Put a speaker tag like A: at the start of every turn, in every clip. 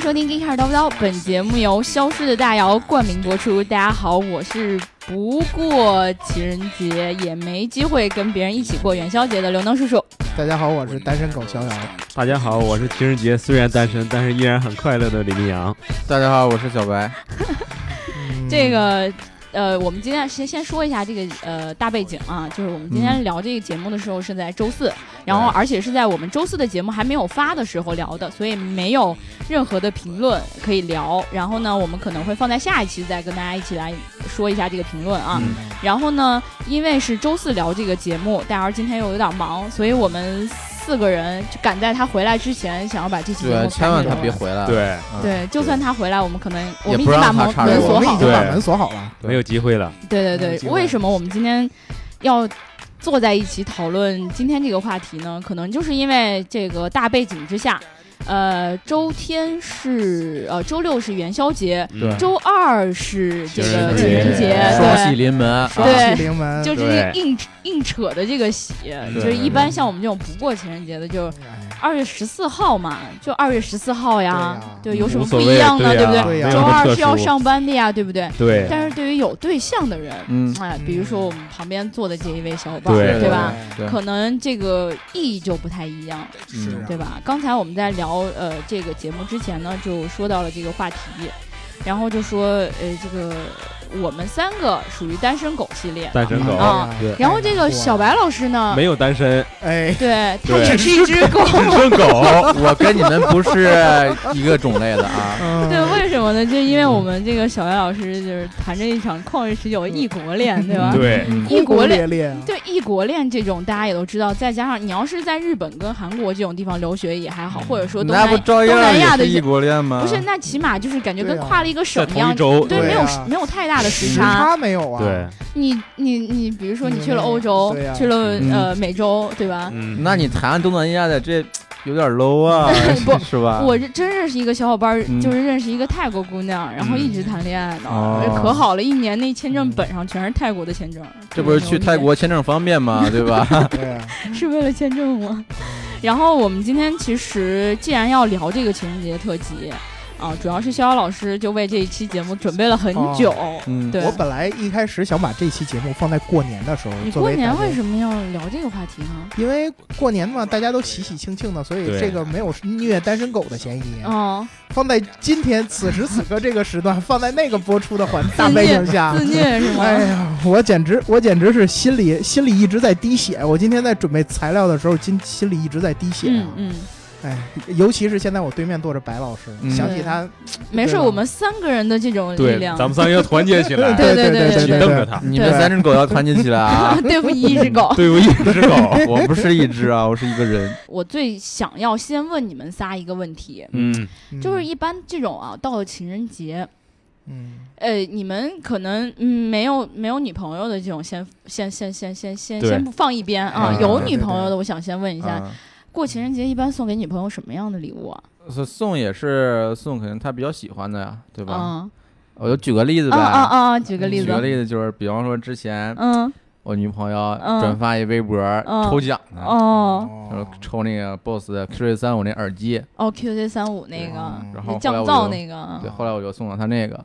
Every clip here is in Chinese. A: 收听《Geek 叨不叨》，本节目由消失的大姚冠名播出。大家好，我是不过情人节也没机会跟别人一起过元宵节的刘能叔叔。
B: 大家好，我是单身狗逍遥。
C: 大家好，我是情人节虽然单身，但是依然很快乐的李明阳。
D: 大家好，我是小白。嗯
A: 这个呃，我们今天先先说一下这个呃大背景啊，就是我们今
D: 嗯
A: 天聊这个节目的时候是在周四，然后而且是在我们周四的节目还没有发的时候聊的，所以没有任何的评论可以聊。然后呢，我们可能会放在下一期再跟大家一起来说一下这个评论啊。
C: 嗯
A: 然后呢，因为是周四聊这个节目，大姚今天又有点忙，所以我们四个人就赶在他回来之前，想要把这期节目
D: 对，千万他
A: 赶紧聊
D: 别
A: 完
D: 回来。
C: 对，
A: 对，就算他回来，我们可能我们已
D: 不
A: 经
D: 让
A: 把
D: 他
A: 门
D: 插
A: 门
D: 入
A: 锁
B: 我们
A: 好
B: 已经
A: 了。
B: 把门锁好了。
C: 没有机会了。
A: 对
B: 没
A: 对
B: 有机
A: 对，
B: 会
A: 为什么我们今天要坐在一起讨论今天这个话题呢？可能就是因为这个大背景之下，呃，周天是呃周六是元宵节，
C: 嗯
D: 对
A: 周二是这个情
C: 情
A: 人
C: 人
A: 节
C: 节，
D: 双喜
A: 对。
D: 临门，
B: 双
A: 对
B: 喜临门，
A: 就是
C: 对
A: 硬硬扯的这个喜，就是一般像我们这种不过情人节的，就
B: 哎
A: 二月十四号嘛，就二月十四号呀，
B: 对
A: 对，有什么
C: 无所
A: 不
C: 谓
A: 一样呢？
C: 对
A: 不
C: 呀
A: 对？
B: 对呀
C: 没有
A: 周
C: 那么
A: 二
C: 特
A: 是要
C: 殊
A: 上班的呀，对不对？
C: 对
A: 但是对于有对象的人，
D: 嗯，
A: 哎，比如说我们旁边坐的这一位小伙伴，
C: 对
A: 对吧？？
D: 对，
A: 可能这个意义就不太一样，
B: 是啊
A: 对吧？刚才我们在聊呃这个节目之前呢，就说到了这个话题，然后就说呃这个我们三个属于单身狗系列，
C: 单身狗
A: 啊
C: 对
A: 然后这个小，白老师呢，
C: 没有单身，
B: 哎，
A: 对他
C: 对
A: 也是一只 狗，
C: 单身狗。
D: 我跟你们不是一个种类的啊。
B: 嗯
A: 对，为什么呢？就因为
C: 嗯
A: 我们这个小白老师就是谈着一场旷日持久的异国恋，对吧？
C: 对，
A: 异
B: 轰
A: 国
B: 轰
A: 恋
B: 烈烈啊，
A: 对异国恋这种，大家也都知道，再加上你要是在日本跟韩国这种地方留学也还好，或者 说东
D: 嗯那
A: 南
D: 不啊照
A: 东
D: 样
A: 南亚
D: 也
A: 的
D: 是异国恋吗？
A: 不是，那起码就是感觉跟
B: 对啊
A: 跨了一个省
C: 在
A: 一
C: 同
A: 样
C: 一，周。
A: 嗯对，
B: 对
A: 没
B: 啊
A: 有时没有太大的时
B: 时
A: 差。
B: 差没有啊？
C: 对，，
A: 你你你，比如说你去了欧洲
B: 对，啊
A: 去了
D: 嗯
A: 呃美洲，对吧？
C: 嗯，
D: 那你谈东南亚的这有点 low 啊，
A: 不
D: 是吧？
A: 我这真认识一个小伙伴儿，
D: 嗯
A: 就是认识一个泰国姑娘，然后一直谈恋爱呢
D: 哦，
A: 可好了，一年那签证本上全是泰国的签证。
D: 这不是去泰国签证方便吗？对吧？
B: 对啊，
A: 是为了签证吗？然后我们今天其实既然要聊这个情人节特辑啊，主要是逍遥老师就为这一期节目准备了很
B: 哦
A: 久。
D: 嗯，
A: 对，
B: 我本来一开始想把这期节目放在过年的时候，
A: 你
B: 作
A: 过
B: 为
A: 年
B: 大家
A: 为什么要聊这个话题呢？
B: 因为过年嘛，大家都喜喜庆庆的，所以
C: 对
B: 这个没有虐单身狗的嫌疑。
A: 哦，
B: 放在今天此时此刻这个时段，放在那个播出的环大背景下
A: 自，虐是吗？ 嗯
B: 哎呀，我简直我简直是心里心里一直在滴血。我今天在准备材料的时候，今心里一直在滴血啊
A: 嗯。嗯，
B: 哎，尤其是现在我对面坐着白老师，
D: 嗯
B: 想起他，
A: 没事，
B: 对吧
A: 我们三个人的这种力
C: 对，
A: 量，
C: 咱们三个要团结起来，
A: 对对
B: 对
A: 对
C: 一
B: 对
C: 起
B: 对
C: 瞪着他。
D: 你们
A: 对！
D: 三只狗要团结起来 啊
A: 对 付一只狗。
C: 对，我一只 狗。
D: 我不是一只啊，我是一个人。
A: 我最想要先问你们仨一个问题，
C: 嗯，
B: 嗯
A: 就是一般这种啊，到了情人节，
B: 嗯，
A: 呃，你们可能嗯没有没有女朋友的这种先先先先先先
C: 对
A: 先不放一边啊，
D: 嗯
A: 有
B: 对
A: 女
B: 对
A: 朋友
B: 对
A: 的，我想先问一下，
D: 嗯
A: 过情人节一般送给女朋友什么样的礼物啊？
D: 送送也是送，可能他比较喜欢的呀，对吧？
A: 嗯
D: 我就举个例子
A: 啊
D: 呗。
A: 啊啊！举个例
D: 举
A: 子
D: 个，例子啊就是，比方说之前
A: 嗯
D: 我女朋友
A: 嗯
D: 转发一微博
A: 嗯
D: 抽奖呢，
A: 哦
D: 就是抽那个 BOSS 的 QC 三五那耳机，
A: 哦，QC 三五那个
B: 嗯
D: 然后后来
A: 降
D: 我
A: 噪
D: 就嗯
A: 那个，
D: 对，后来我就送了她那个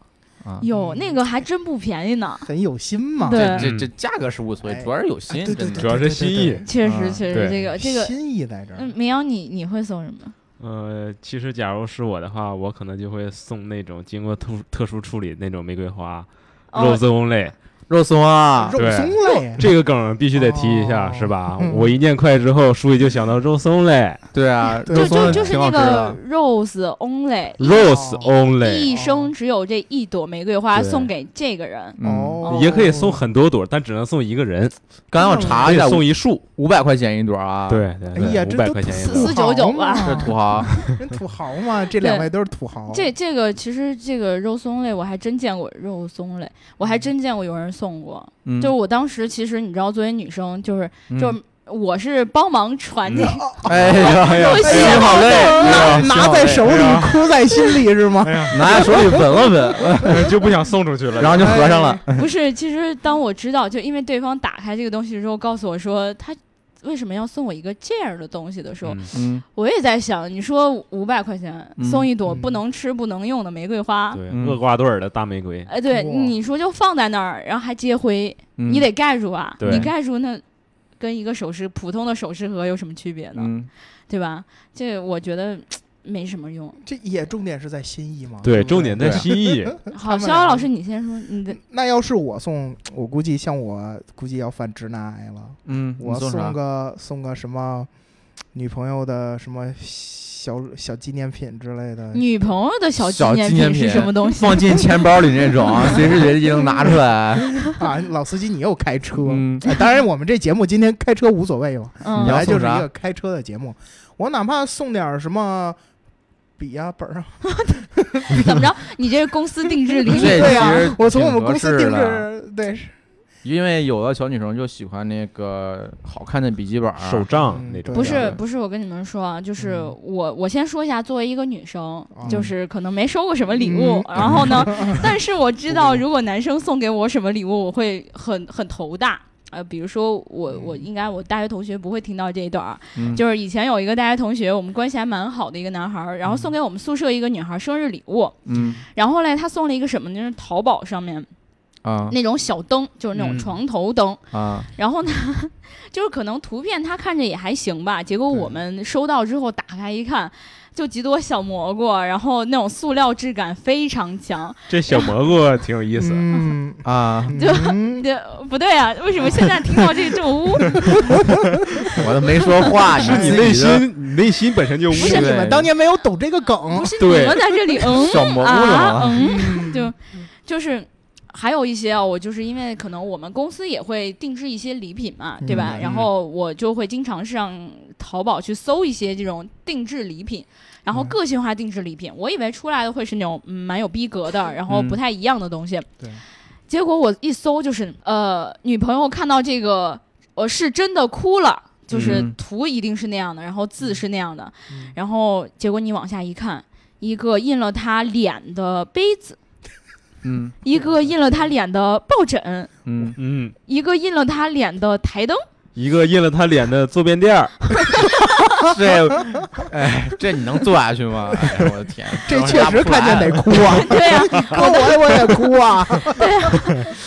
D: 啊，
A: 有那个还真不便宜呢，
B: 很有心嘛，
A: 对
D: 这这价格是无所谓，
B: 哎
D: 主要是有心
B: 对，对
D: 真
B: 对
C: 主
D: 的。
C: 要是心意。
A: 确实
D: 嗯
A: 确实
C: 对
A: 这个这个，
B: 心意在这儿。
A: 嗯，明阳你你会送什么？
C: 呃，其实假如是我的话，我可能就会送那种经过特特殊处理的那种玫瑰花
A: 哦
C: ，rose only。
D: 肉松啊，
B: 肉松类，
C: 这个梗必须得提一下，
B: 哦
C: 是吧？
B: 嗯
C: 我一念快之后，书里就想到肉松嘞
D: 对啊，
B: 对
D: 肉
A: 就
D: 松
A: 就就是
D: 挺
A: 那
D: 好吃
A: 个
D: 的。
A: Rose Only，
C: ，rose
B: 哦
C: only，
A: 一生只有这一朵玫瑰花
C: 对
A: 送给这个人。
D: 嗯
B: 哦，
C: 也可以送很多朵，但只能送一个人，
D: 刚才我查
C: 可
D: 一
C: 以
D: 下，
C: 送一束。
D: 五百块钱一朵啊。，
C: 对对
B: 哎呀，
C: 对，五
B: 这
C: 百
B: 都
C: 块钱一
A: 四
C: 朵
A: 四。499吧
D: 这土豪，
B: 人土豪嘛，这两位都是土豪。
A: 这这个其实这个肉松类我还真见过，肉松类我还真见过有人送过。
D: 嗯
A: 就是我当时其实你知道，作为女生，就是就
D: 嗯
A: 是哦我是帮忙传这个
D: 哎呀，哎呀
A: 东西，
D: 心好累，哎呀
B: 拿在手里，哭在心里是吗？
D: 拿在手里闻了 闻，
C: 就不想送出去了
D: 然后就合
A: 哎
D: 上了。
A: 不是。其实当我知道，就因为对方打开这个东西之后告诉我说他。为什么要送我一个这样的东西的时候，
C: 嗯
D: 嗯，
A: 我也在想，你说五百块钱
D: 嗯
A: 送一朵
B: 嗯
A: 不能吃不能用的玫瑰花，
B: 啊
C: 对，
D: 嗯
C: 厄瓜多尔的大玫瑰，
A: 哎，对，
B: 哇
A: 你说就放在那儿，然后还接灰，
D: 嗯
A: 你得盖住啊，
C: 对
A: 你盖住那。跟一个首饰普通的首饰盒有什么区别呢？
D: 嗯
A: 对吧？这我觉得没什么用。
B: 这也重点是在心意嘛。
C: 对，
B: 不
C: 重点在心意。
A: 好，
B: 们
A: 逍
B: 俩嗯
A: 遥老
B: 就
A: 师，你先说你的
B: 那要是我送，我估计像我估计要犯直男癌了。
D: 嗯，你
B: 我
D: 送啥
B: 送个送个什么女朋友的什么小小纪念品之类的，
A: 女朋友的小纪
D: 小纪念
A: 品是
D: 品
A: 什么 东西？
D: 放进钱包里那种，随时随地能拿出来。
B: 啊，老司机你又开车。
D: 嗯
B: 哎当然，我们这节目今天开车无所谓了，
A: 嗯
D: 你
B: 本
D: 要
B: 来就是
D: 送啥
B: 一个开车的节目。我哪怕送点儿什么笔呀、本儿啊，
A: 怎么着？你这是公司定 制礼
D: 这
A: 品啊
B: 对呀、
D: 其实
B: 我从我们
D: 挺合
B: 公司
D: 适
B: 定
D: 的
B: 制，对，是
D: 因为有的小女生就喜欢那个好看的笔记本儿，
C: 手账
B: 嗯
C: 那种，
B: 对
A: 不
D: 对
A: 是不是，我跟你们说啊，就是
B: 嗯
A: 我我先说一下，作为一个女生，
B: 嗯
A: 就是可能没收过什么礼物，
B: 嗯
A: 然后呢， 但是我知道如果男生送给我什么礼物，我会很很头大。呃，比如说我我应该我大学同学不会听到这一段啊，
D: 嗯
A: 就是以前有一个大学同学，我们关系还蛮好的一个男孩儿，然后送给我们宿舍一个女孩儿生日礼物，
D: 嗯
A: 然后嘞他送了一个什么呢？就是淘宝上面
D: 啊
A: 那种小灯，就是那种
B: 嗯
A: 床头灯，
D: 啊，
A: 然后呢， 就是可能图片他看着也还行吧，结果
B: 对
A: 我们收到之后打开一看，就几朵小蘑菇，然后那种塑料质感非常强。
C: 这小蘑菇挺有意思。
B: 嗯
D: 啊，
A: 就
B: 嗯，
A: 这不对啊，为什么现在听到这这种污？
D: 我都没说话，
C: 是你
D: 自己
C: 内
D: 的
C: 心，你内心本身就污
B: 不是
D: 对
B: 你们当年没有懂这个梗
A: 不，是你
C: 对
A: 们在这里嗯
D: 小蘑菇了
A: 啊
D: 吗？
A: 嗯，
B: 嗯
A: 就就是。还有一些啊，我就是因为可能我们公司也会定制一些礼品嘛，对吧？
B: 嗯
A: 然后我就会经常上淘宝去搜一些这种定制礼品，然后
B: 嗯
A: 个性化定制礼品。我以为出来的会是那种、嗯、蛮有逼格的，然后
D: 嗯
A: 不太一样的东西。
B: 对
A: 结果我一搜就是，呃，女朋友看到这个，我是真的哭了，就是
D: 嗯
A: 图一定是那样的，然后字是那样的，
B: 嗯
A: 然后结果你往下一看，一个印了她脸的杯子。
D: 嗯
A: 一个印了他脸的抱枕，
D: 嗯，
C: 嗯，
A: 一个印了他脸的台灯，
C: 一个印了他脸的坐便垫儿，
D: 这，哎，这你能做下去吗？哎我的天，
B: 这确实看见得哭啊，
A: 对呀、
B: 我也我也哭啊，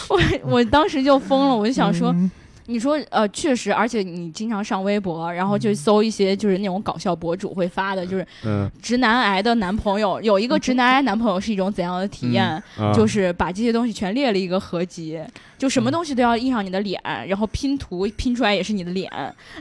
A: 我我当时就疯了，我就想说，
B: 嗯
A: 你说呃，确实，而且你经常上微博，然后
B: 嗯
A: 就搜一些就是那种搞笑博主会发的，就是
C: 嗯，
A: 直男癌的男朋友，有一个直男癌男朋友是一种怎样的体
B: 嗯
A: 验？
C: 啊
A: 就是把这些东西全列了一个合集，就什么东西都要印上你的脸，然后拼图拼出来也是你的脸，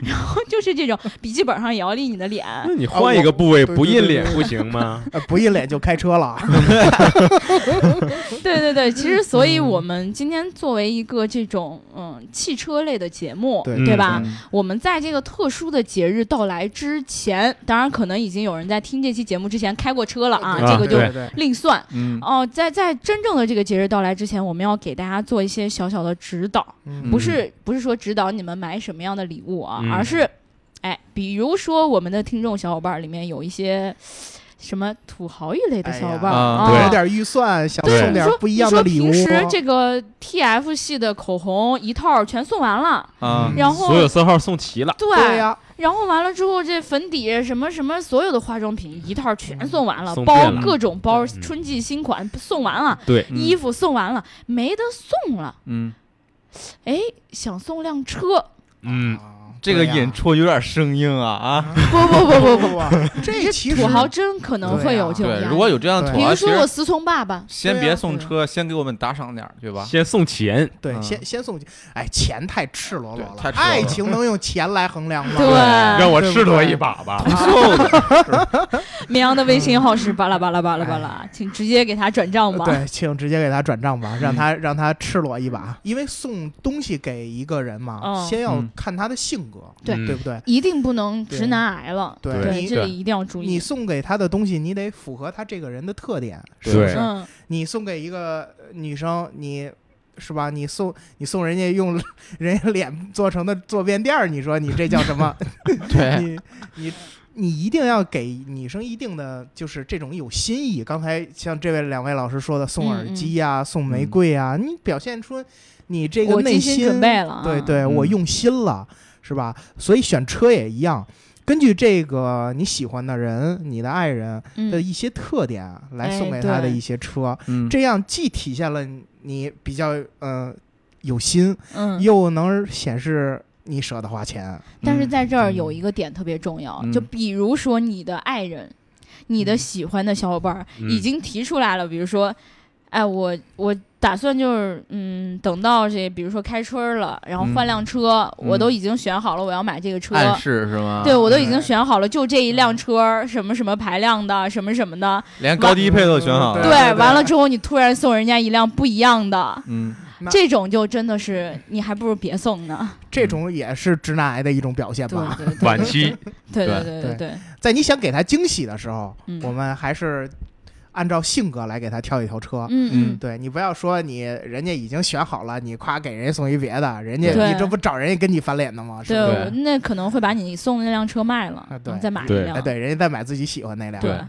A: 然后就是这种笔记本上也要印你的脸，
C: 那你换一个部位
B: 啊对
C: 不
B: 对
C: 印
B: 对
C: 脸
B: 对
C: 不行吗？
B: 呃不一脸就开车
A: 啊
B: 了，
A: 对对对，其实所以我们今天作为一个这种嗯汽车类的节目，
B: 对
C: 对
A: 吧？
D: 嗯
A: 我们在这个特殊的节日到来之前，当然可能已经有人在听这期节目之前开过车了啊，
C: 对
A: 这个就
B: 对对
A: 另算。
D: 嗯
A: 哦，在在真正的这个节日到来之前，我们要给大家做一些小小的指导，
B: 嗯
A: 不是不是说指导你们买什么样的礼物啊，
C: 嗯
A: 而是，哎，比如说我们的听众小伙伴里面有一些什么土豪一类的
B: 哎
A: 小伙
B: 呀
A: 伴、
D: 啊
A: 啊
C: 对
B: 有点预算，想
C: 对
B: 送
A: 你
B: 点
A: 说
B: 不一样的礼物啊
A: 你。说平时这个 TF 系的口红一套全送完了，
D: 啊
B: 嗯，
A: 然后
C: 所有色号送齐了，
A: 对
B: 对呀，
A: 然后完了之后这粉底什么什么所有的化妆品一套全送完了，
C: 嗯送
A: 包
C: 遍了
A: 各种包，
C: 嗯
A: 春季新款送完了，
C: 对，
D: 嗯
A: 衣服送完了，没得送了，
D: 嗯，
A: 哎，想送辆车，
C: 嗯，
B: 啊
D: 这个
B: 对呀
D: 引出有点生硬啊啊！
A: 不不不不
B: 不
A: 不，
B: 不，这其
A: 这
B: 实
A: 土豪真可能会有这种
D: 对，
A: 压
D: 如果
A: 力。
D: 有这样的
B: 对
D: 土
A: 比
D: 豪，
A: 如
D: 其
A: 说我
D: 实
A: 思聪爸 爸，
D: 先
B: 对
D: 别
B: 啊
D: 送
B: 对啊
D: 车，先给我们打赏点儿，对吧？
C: 先送钱，
B: 对
D: 嗯
B: 先先送去，哎，钱太赤裸裸
D: 对太
B: 了，
D: 赤裸裸了
B: 爱情能用钱来衡量吗？
A: 对
C: 让我
B: 对不
C: 赤裸
B: 对
C: 一把吧。
A: 绵羊的微信号是巴拉巴拉巴拉巴拉，请直接给他转账吧。
B: 对，请直接给他转账吧，
D: 嗯
B: 让他让他赤裸一把，因为送东西给一个人嘛，
A: 嗯
B: 先要
D: 嗯
B: 看他的性格，
A: 对
C: 嗯
B: 对不对？
A: 一定不能
B: 对
A: 直男癌了。
B: 对
A: 对，
B: 你
A: 这里一定要注
B: 你
A: 意。
B: 送给他的东西，你得符合他这个人的特点，是不
C: 对
B: 是？
A: 嗯，
B: 你送给一个呃女生，你是吧？你送你送人家用 人家脸做成的坐便垫儿，你说你这叫什么？
D: 对，
B: 你你你一定要给女生一定的就是这种有新意。刚才像这位两位老师说的，
A: 嗯
B: 送耳机呀、送玫瑰呀、你表现出你这个
A: 我
B: 内
A: 精
B: 心
A: 心准备了啊，
B: 对对，我
D: 嗯
B: 用心了，是吧？所以选车也一样，根据这个你喜欢的人、你的爱人
A: 嗯
B: 的一些特点来送
A: 哎
B: 给他的
A: 对
B: 一些车，
D: 嗯，
B: 这样既体现了你比较呃有心，
A: 嗯，
B: 又能显示你舍得花钱。
A: 但是在这儿
D: 嗯
A: 有一个点特别重要，
D: 嗯
A: 就比如说你的爱人、你的喜欢的小伙伴儿
C: 嗯
A: 已经提出来了，比如说，哎，我我打算就是，嗯，等到这，比如说开春儿了，然后换辆车，
D: 嗯
A: 我都已经选好了我要买这个车，
D: 暗示是吗？
A: 对，我都已
B: 对
A: 经选好了，就这一
B: 嗯
A: 辆车儿，什么什么排量的，什么什么的，
D: 连高低配都选好了。
B: 对对
A: 完了之后你突然送人家一辆不一样的。
D: 嗯，
B: 那
A: 这种就真的是，你还不如别送呢。
B: 这种也是直男癌的一种表现
A: 对
B: 吧。
A: 对对
C: 晚期，
A: 对
D: 对
A: 对
B: 对
A: 对对，
B: 在你想给他惊喜的时候，
A: 嗯
B: 我们还是按照性格来给他挑一条车。
A: 嗯
B: 对你不要说你人家已经选好了，你夸给人家送一别的，人家
A: 对
B: 你这不找人家跟你翻脸呢吗？是
A: 对，
B: 吧
A: 我
D: 对
A: 那可能会把你送的那辆车卖了，
B: 啊对
A: 然后再买一
C: 对
A: 辆。
B: 哎，对，人嗯家在买自己喜欢那辆，
A: 对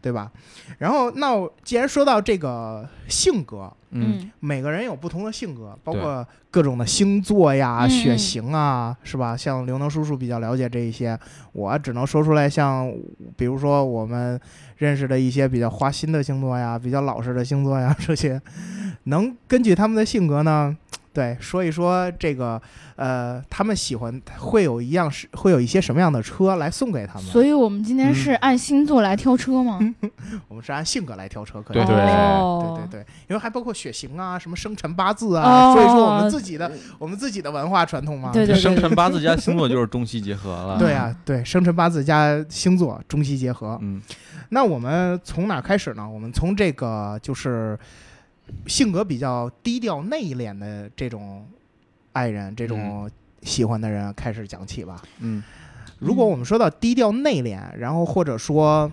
B: 对吧？然后，那我既然说到这个性格，
D: 嗯，
B: 每个人有不同的性格，包
D: 对
B: 括各种的星座呀、
A: 嗯
B: 血型啊，是吧？像刘能叔叔比较了解这一些，我只能说出来像，比如说我们认识的一些比较花心的星座呀、比较老实的星座呀，这些能根据他们的性格呢，对，说一说这个呃，他们喜欢会有一样是会有一些什么样的车来送给他们？
A: 所以我们今天
B: 嗯
A: 是按星座来挑车吗？
B: 我们是按性格来挑车，可以
D: 对
B: 吗。
D: 对
A: 哦、
B: 对对对，因为还包括血型啊，什么生辰八字啊，
A: 哦
B: 所以说我们自己的我们自己的文化传统嘛。
A: 对对
D: 这
A: 对
D: 生辰八字加星座就是中西结合了。
B: 对，啊，对，生辰八字加星座中西结合。
D: 嗯
B: 那我们从哪儿开始呢？我们从这个就是性格比较低调内敛的这种爱人、这
A: 嗯
B: 种喜欢的人开始讲起吧。
D: 嗯
B: 如果我们说到低调内敛，然后或者说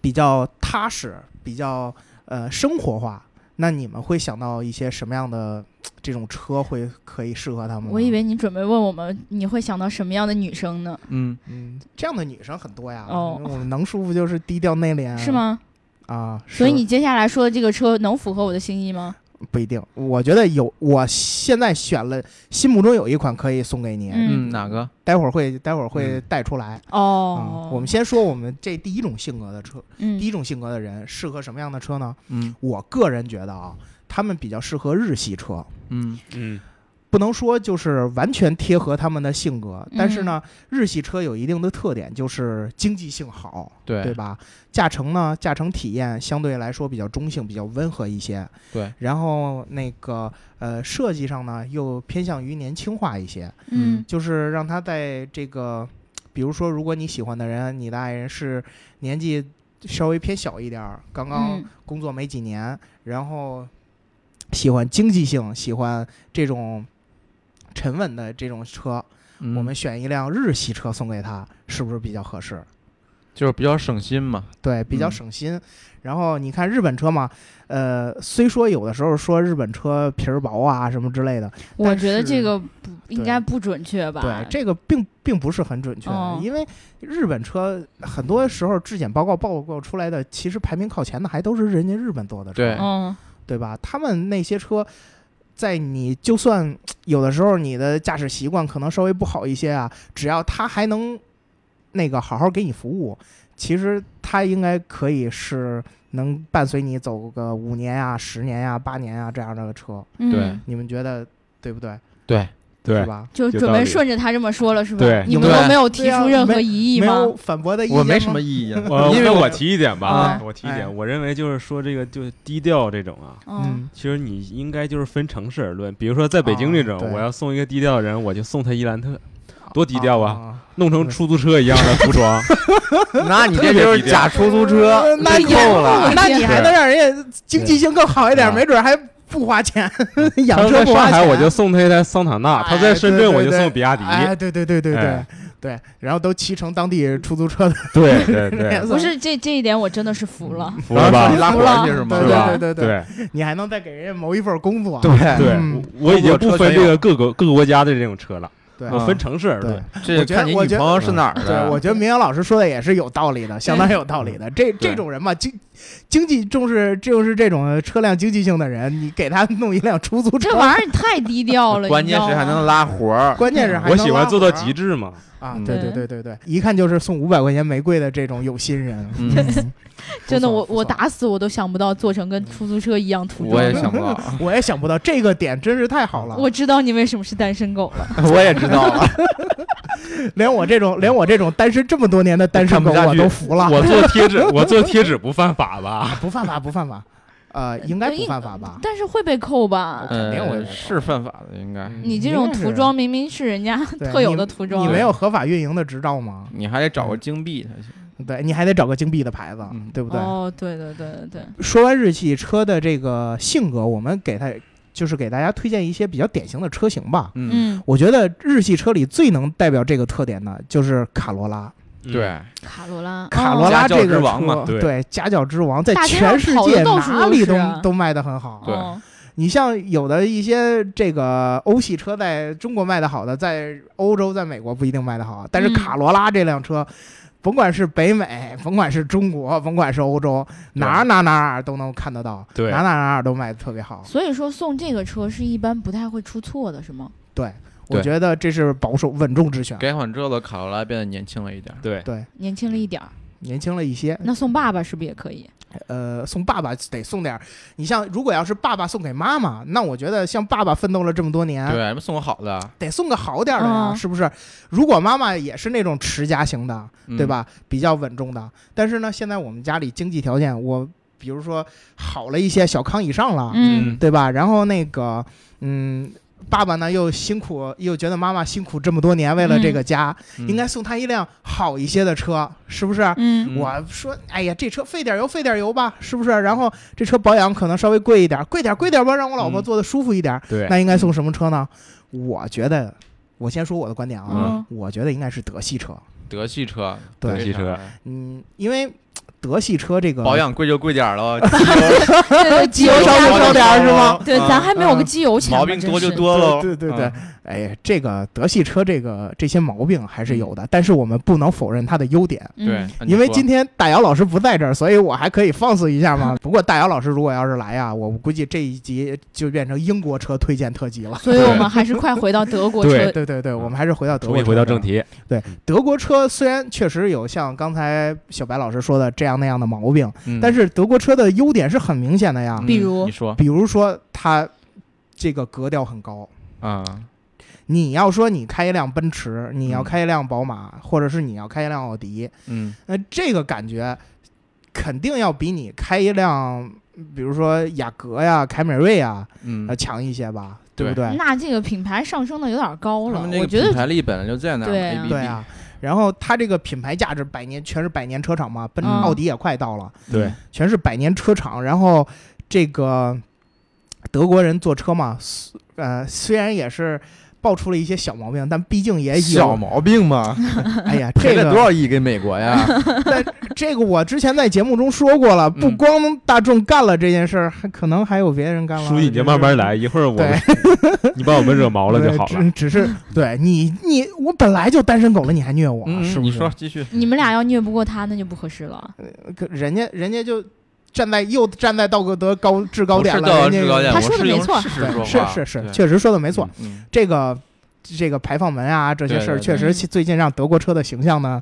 B: 比较踏实、比较呃生活化，那你们会想到一些什么样的嘖这种车会可以适合他们？
A: 我以，为你准备问我们你会想到什么样的女生呢？
D: 嗯，
B: 嗯，这样的女生很多呀。
A: 哦
B: 我们能舒服就是低调内敛，
A: 是？吗？
B: 啊，嗯是
A: 所以你接下来说的这个车能符合我的心意吗？
B: 不一定。我觉得有，我现在选了，心目中有一款可以送给你，
A: 嗯
D: 嗯，哪个？
B: 待会儿会待会儿会
D: 嗯
B: 带出来。
A: 哦
B: 嗯，我们先说我们这第一种性格的车，
A: 嗯
B: 第一种性格的人适合什么样的车呢？
D: 嗯
B: 我个人觉得啊，他们比较适合日系车，
D: 嗯
C: 嗯
B: 不能说就是完全贴合他们的性格，
D: 嗯
B: 但是呢，日系车有一定的特点，就是经济性好，
D: 对
B: 对吧？驾乘呢，驾乘体验相对来说比较中性，比较温和一些。
D: 对，
B: 然后那个呃，设计上呢又偏向于年轻化一些，
A: 嗯
B: 就是让他在这个，比如说，如果你喜欢的人，你的爱人是年纪稍微偏小一点儿，刚刚
A: 嗯
B: 工作没几年，然后喜欢经济性，喜欢这种沉稳的这种车，
D: 嗯
B: 我们选一辆日系车送给他，是不是比较合适？
D: 就是比较省心嘛。
B: 对，比较
D: 嗯
B: 省心。然后你看日本车嘛，呃，虽说有的时候说日本车皮儿薄啊什么之类的，
A: 我
B: 但
A: 觉得
B: 是
A: 这个不应该不准确吧？
B: 对，这个并并不是很准确，
A: 哦
B: 因为日本车很多时候质检报告报告出来的，其实排名靠前的还都是人家日本做的车，
D: 对
A: 嗯
B: 对吧？他们那些车，在你就算有的时候你的驾驶习惯可能稍微不好一些啊，只要他还能那个好好给你服务，其实他应该可以是能伴随你走个五年啊、十年啊、八年啊这样的车，
A: 嗯
D: 对
B: 你们觉得对不对？
D: 对，
B: 是
C: 对，
B: 吧？
A: 就
C: 有
A: 准
C: 道
A: 备
C: 理
A: 顺着他这么说了，是吧？
C: 对
A: 你们
D: 对
A: 都没有提
B: 对啊
A: 出任何
B: 没
A: 异议
B: 没
A: 吗？哦
B: 有反驳的意见
D: 我没
B: 哎吗
D: 什么意见，
C: 我
D: 因为
C: 呃那
D: 我
C: 我提一点吧
B: 啊，
C: 我提一
B: 哎
C: 点，我认为就是说这个就是低调这种啊，
A: 嗯，
C: 其实你应该就是分城市而论，比如说在北京这种
B: 啊，对
C: 我要送一个低调的人，我就送他伊兰特，多低调啊，
B: 啊！
C: 弄成出租车一样的服 装，
D: 那你这就是假出租车，
B: 那你
D: 被扣了。
B: 那你还能让人家经济性更好一点，
C: 对
B: 没准还不花钱， 养
C: 他
B: 车
C: 在
B: 不
C: 上
B: 花
C: 海
B: 钱。啊
C: 我就送他一台桑塔纳，啊他在深圳我就送比亚迪，
B: 哎，对对对对对
C: 哎
B: 对，然后都骑乘当地出租车的
C: 对对
B: 那
C: 对，
B: 种，
A: 不是这这一点我真的是服了。
B: 嗯
C: 服了吧
D: 你？拉活
A: 活
D: 去
A: 去
D: 是
A: 是
D: 吗？
B: 对
C: 是吧
B: 对对对
C: 对
B: 你还能再给人家谋一份工作。
D: 对
C: 对
B: 嗯，
C: 我我已经不分这个各个各个国家的这种车了，
B: 对
C: 我
D: 啊
C: 分城市，
B: 嗯对，
D: 这
B: 我觉得
D: 看你
B: 我
D: 女
B: 觉得
D: 朋友是哪儿
B: 对，
D: 的。
B: 我觉得明阳老师说的也是有道理的，相当有道理的。这这种人嘛，经经济重视就是这种车辆经济性的人，你给他弄一辆出租车
A: 这，玩意儿太低调了，啊
D: 关
A: 你
D: 键
A: 知道
D: 是还
A: 吗
D: 能拉活 儿，
B: 关键是还
C: 嗯我
B: 能
C: 喜
B: 拉
C: 欢做到
B: 活儿
C: 极致 嘛。
B: 啊！
D: 嗯
B: 对对对对对，一看就是送五百块钱玫瑰的这种有心人。
D: 嗯
B: 嗯
A: 真的，我我。
B: 不错不错
A: 打死我都想不到做成跟出租车一样涂
D: 我
A: 装
D: 也。想不 到，
B: 我也想不到这个点真是太好了，
A: 我知道你为什么是单身狗了，
D: 我也知道了，
B: 连我这种 连我这种单身这么多年的单身
D: 看不
B: 狗
D: 下
B: 我
D: 去
B: 都服了。
C: 我做贴纸，我做贴纸不犯法吧？
B: 不犯法，不犯法，呃，应该不犯法吧？
A: 但是会被扣吧？
B: 肯定我也嗯
D: 呃
B: 知道
D: 是犯法的，应该，
A: 你这种涂装明明是人家
B: 对
A: 特有的涂装，啊
B: 你没有合法运营的执照吗？
D: 你还得找个金币才行。
B: 对，你还得找个金币的牌子，
D: 嗯
B: 对不对？
A: 哦，对对对对对，
B: 说完日系车的这个性格，我们给它就是给大家推荐一些比较典型的车型吧。
D: 嗯，
A: 嗯，
B: 我觉得日系车里最能代表这个特点的就是卡罗拉，
A: 哦
C: 嗯，
D: 对，
A: 卡罗拉，哦
B: 卡罗拉
D: 家教
B: 这个
D: 之
B: 车
D: 王嘛，
C: 对
B: 对，家教之王，在
A: 大街上
B: 全世
A: 跑
B: 界
A: 的到处
B: 哪
A: 都
B: 里
A: 是
B: 都
A: 啊
B: 都卖得很好。
D: 对
A: 哦
B: 你像有的一些这个欧系车在中国卖的好的，在欧洲、在美国不一定卖的好啊，但是
A: 嗯
B: 卡罗拉这辆车，甭管是北美，甭管是中国，甭管是欧洲，哪儿哪儿哪儿哪儿都能看得到，
C: 对
B: 哪儿哪儿哪儿哪儿都卖的特别好。
A: 哦所以说送这个车是一般不太会出错的，是吗？
B: 对，我
D: 对
B: 觉得这是保守稳重之选，
D: 改款之后的卡罗拉变得年轻了一点儿。
C: 对，
B: 对，
A: 年轻了一点儿，
B: 年轻了一些。
A: 那送爸爸是不是也可以？
B: 呃，送爸爸得送点儿，你像如果要是爸爸送给妈妈，那我觉得像爸爸奋斗了这么多年，
D: 对，送我好的，
B: 得送个好点儿的呀，
A: 嗯
B: 是不是？如果妈妈也是那种持家型的，
D: 嗯
B: 对？吧？比较稳重的。但是呢，现在我们家里经济条件，我比如说好了一些，小康以上了，
A: 嗯，
B: 对吧？然后那个，嗯，爸爸呢又辛苦，又觉得妈妈辛苦这么多年为了这个家，
D: 嗯
B: 应该送他一辆好一些的车，是不是？
A: 嗯
C: 嗯
B: 我说，哎呀，这车费点油，费点油吧，是不是？然后这车保养可能稍微贵一点，贵点贵点吧，让我老婆
C: 嗯
B: 坐的舒服一点。
C: 对
B: 那应该送什么车呢？我觉得，我先说我的观点啊，
A: 嗯
B: 我觉得应该是德系车。
D: 嗯德系车，
B: 对
D: 德
C: 德系车
B: 嗯，因为德系车这个
D: 保养贵就贵点儿了，
A: 对对，机
B: 油
A: 油
B: 稍
A: 少
B: 微
A: 不
B: 少点儿是吗
A: 对，咱还没有
B: 啊
A: 个机油钱呢，
D: 毛病
A: 真
D: 多就是多喽。嗯
B: 对对对
C: 嗯
B: 对哎呀，这个德系车这个这些毛病还是有
C: 嗯
B: 的，但是我们不能否认它的优点。
D: 嗯对
A: 嗯，
B: 因为今
D: 天
B: 天大姚老师不在这儿，所以我还可以放肆一下嘛。不过大姚老师如果要是来啊，我估计这一集就变成英国车推荐特 辑了。
A: 所以我们还是快回到德国
C: 对
A: 车
B: 对对对，我们还是回到德
C: 重
B: 国。
C: 新回到正。题，
B: 德国车虽然确实有像刚才小白老师说的这样那样的毛病，
C: 嗯
B: 但
D: 是
B: 是德国车的优点是很明显的呀。
A: 比如
D: 嗯你说
B: 比如说它这个格调很高。
D: 啊，
B: 你要说你开一辆奔驰，你要
D: 嗯
B: 开一辆宝马，或者是你要开一辆奥迪，
D: 嗯
B: 那这个感觉肯定要比你开一辆，比如说雅阁呀、凯美瑞呀，
D: 嗯
B: 要，强一些吧，
D: 对
B: 不对？
A: 那这个品牌上升的有点高
D: 他
A: 了
D: 们，那
A: 我
D: 个
A: 觉
D: 品
A: 得
D: 牌力本来就在那儿
A: 对啊
D: ，ABB，
B: 对啊。然后它这个品牌价值，百年全是百年车厂嘛，奔驰、
A: 嗯
B: 奥迪也快到了，
C: 对
D: 嗯，
B: 全是百年车厂。然后这个德国人做车嘛，虽呃，虽然也是爆出了一些小毛病，但毕竟也
D: 小
B: 哎有。
D: 毛病嘛，
B: 哎 呀，
D: 赔
B: 这个
D: 了多少亿给美国呀？
B: 这个我之前在节目中说过了，
D: 嗯
B: 不光大众干了这件事儿，还可能还有别人干了。
C: 书记你就慢慢来，一会儿我
B: 对
C: 你把我们惹毛
B: 好
C: 了就好了。
B: 只只是对你你我本来就单身狗了，你还虐我，啊
D: 嗯，
B: 是不是？
D: 你说继续，
A: 你们俩要虐不过他，那就不合适了。
B: 呃可人家人家就站在又站在道德高制高
D: 不
B: 点
D: 哦是
B: 了，
D: 到
B: 人
D: 制高
B: 家
D: 点，
A: 他
D: 我
A: 说的
D: 是
A: 没
D: 用
A: 错
D: 事实说
B: 对
D: 话，
B: 是是是，
D: 对，
B: 确实说的没错。
D: 嗯，
B: 这个这个排放门啊这些事儿，
D: 对对对
B: 确实最近让德国车的形象呢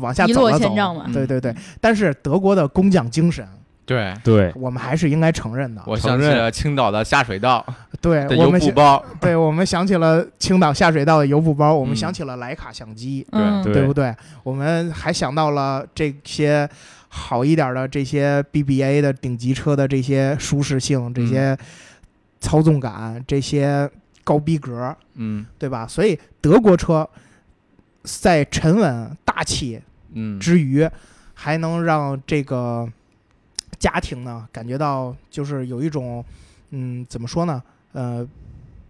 B: 往下
A: 一
B: 走
A: 落
B: 了
A: 千
B: 走。
A: 丈嘛
B: 对
D: 嗯
B: 对对，但是德国的工匠精神，
D: 对。
C: 对，
B: 我们还是应该承认的。
D: 我
C: 承
D: 想起
C: 认
D: 了青岛的下水道
B: 对
D: 的
B: 哎我
D: 油
B: 们
D: 布
B: 现
D: 包，
B: 对，我们想起了青岛下水道的油布包，我们
D: 嗯
B: 想起了徕卡相机，
D: 对
A: 嗯，
C: 对
B: 对不对？我们还想到了这些好一点的这些 BBA 的顶级车的这些舒适性、
D: 嗯
B: 这些操纵感、这些高逼格，
D: 嗯
B: 对吧？所以德国车在沉稳大气
D: 嗯，
B: 之余，还能让这个家庭呢感觉到就是有一种，嗯，怎么说呢？呃，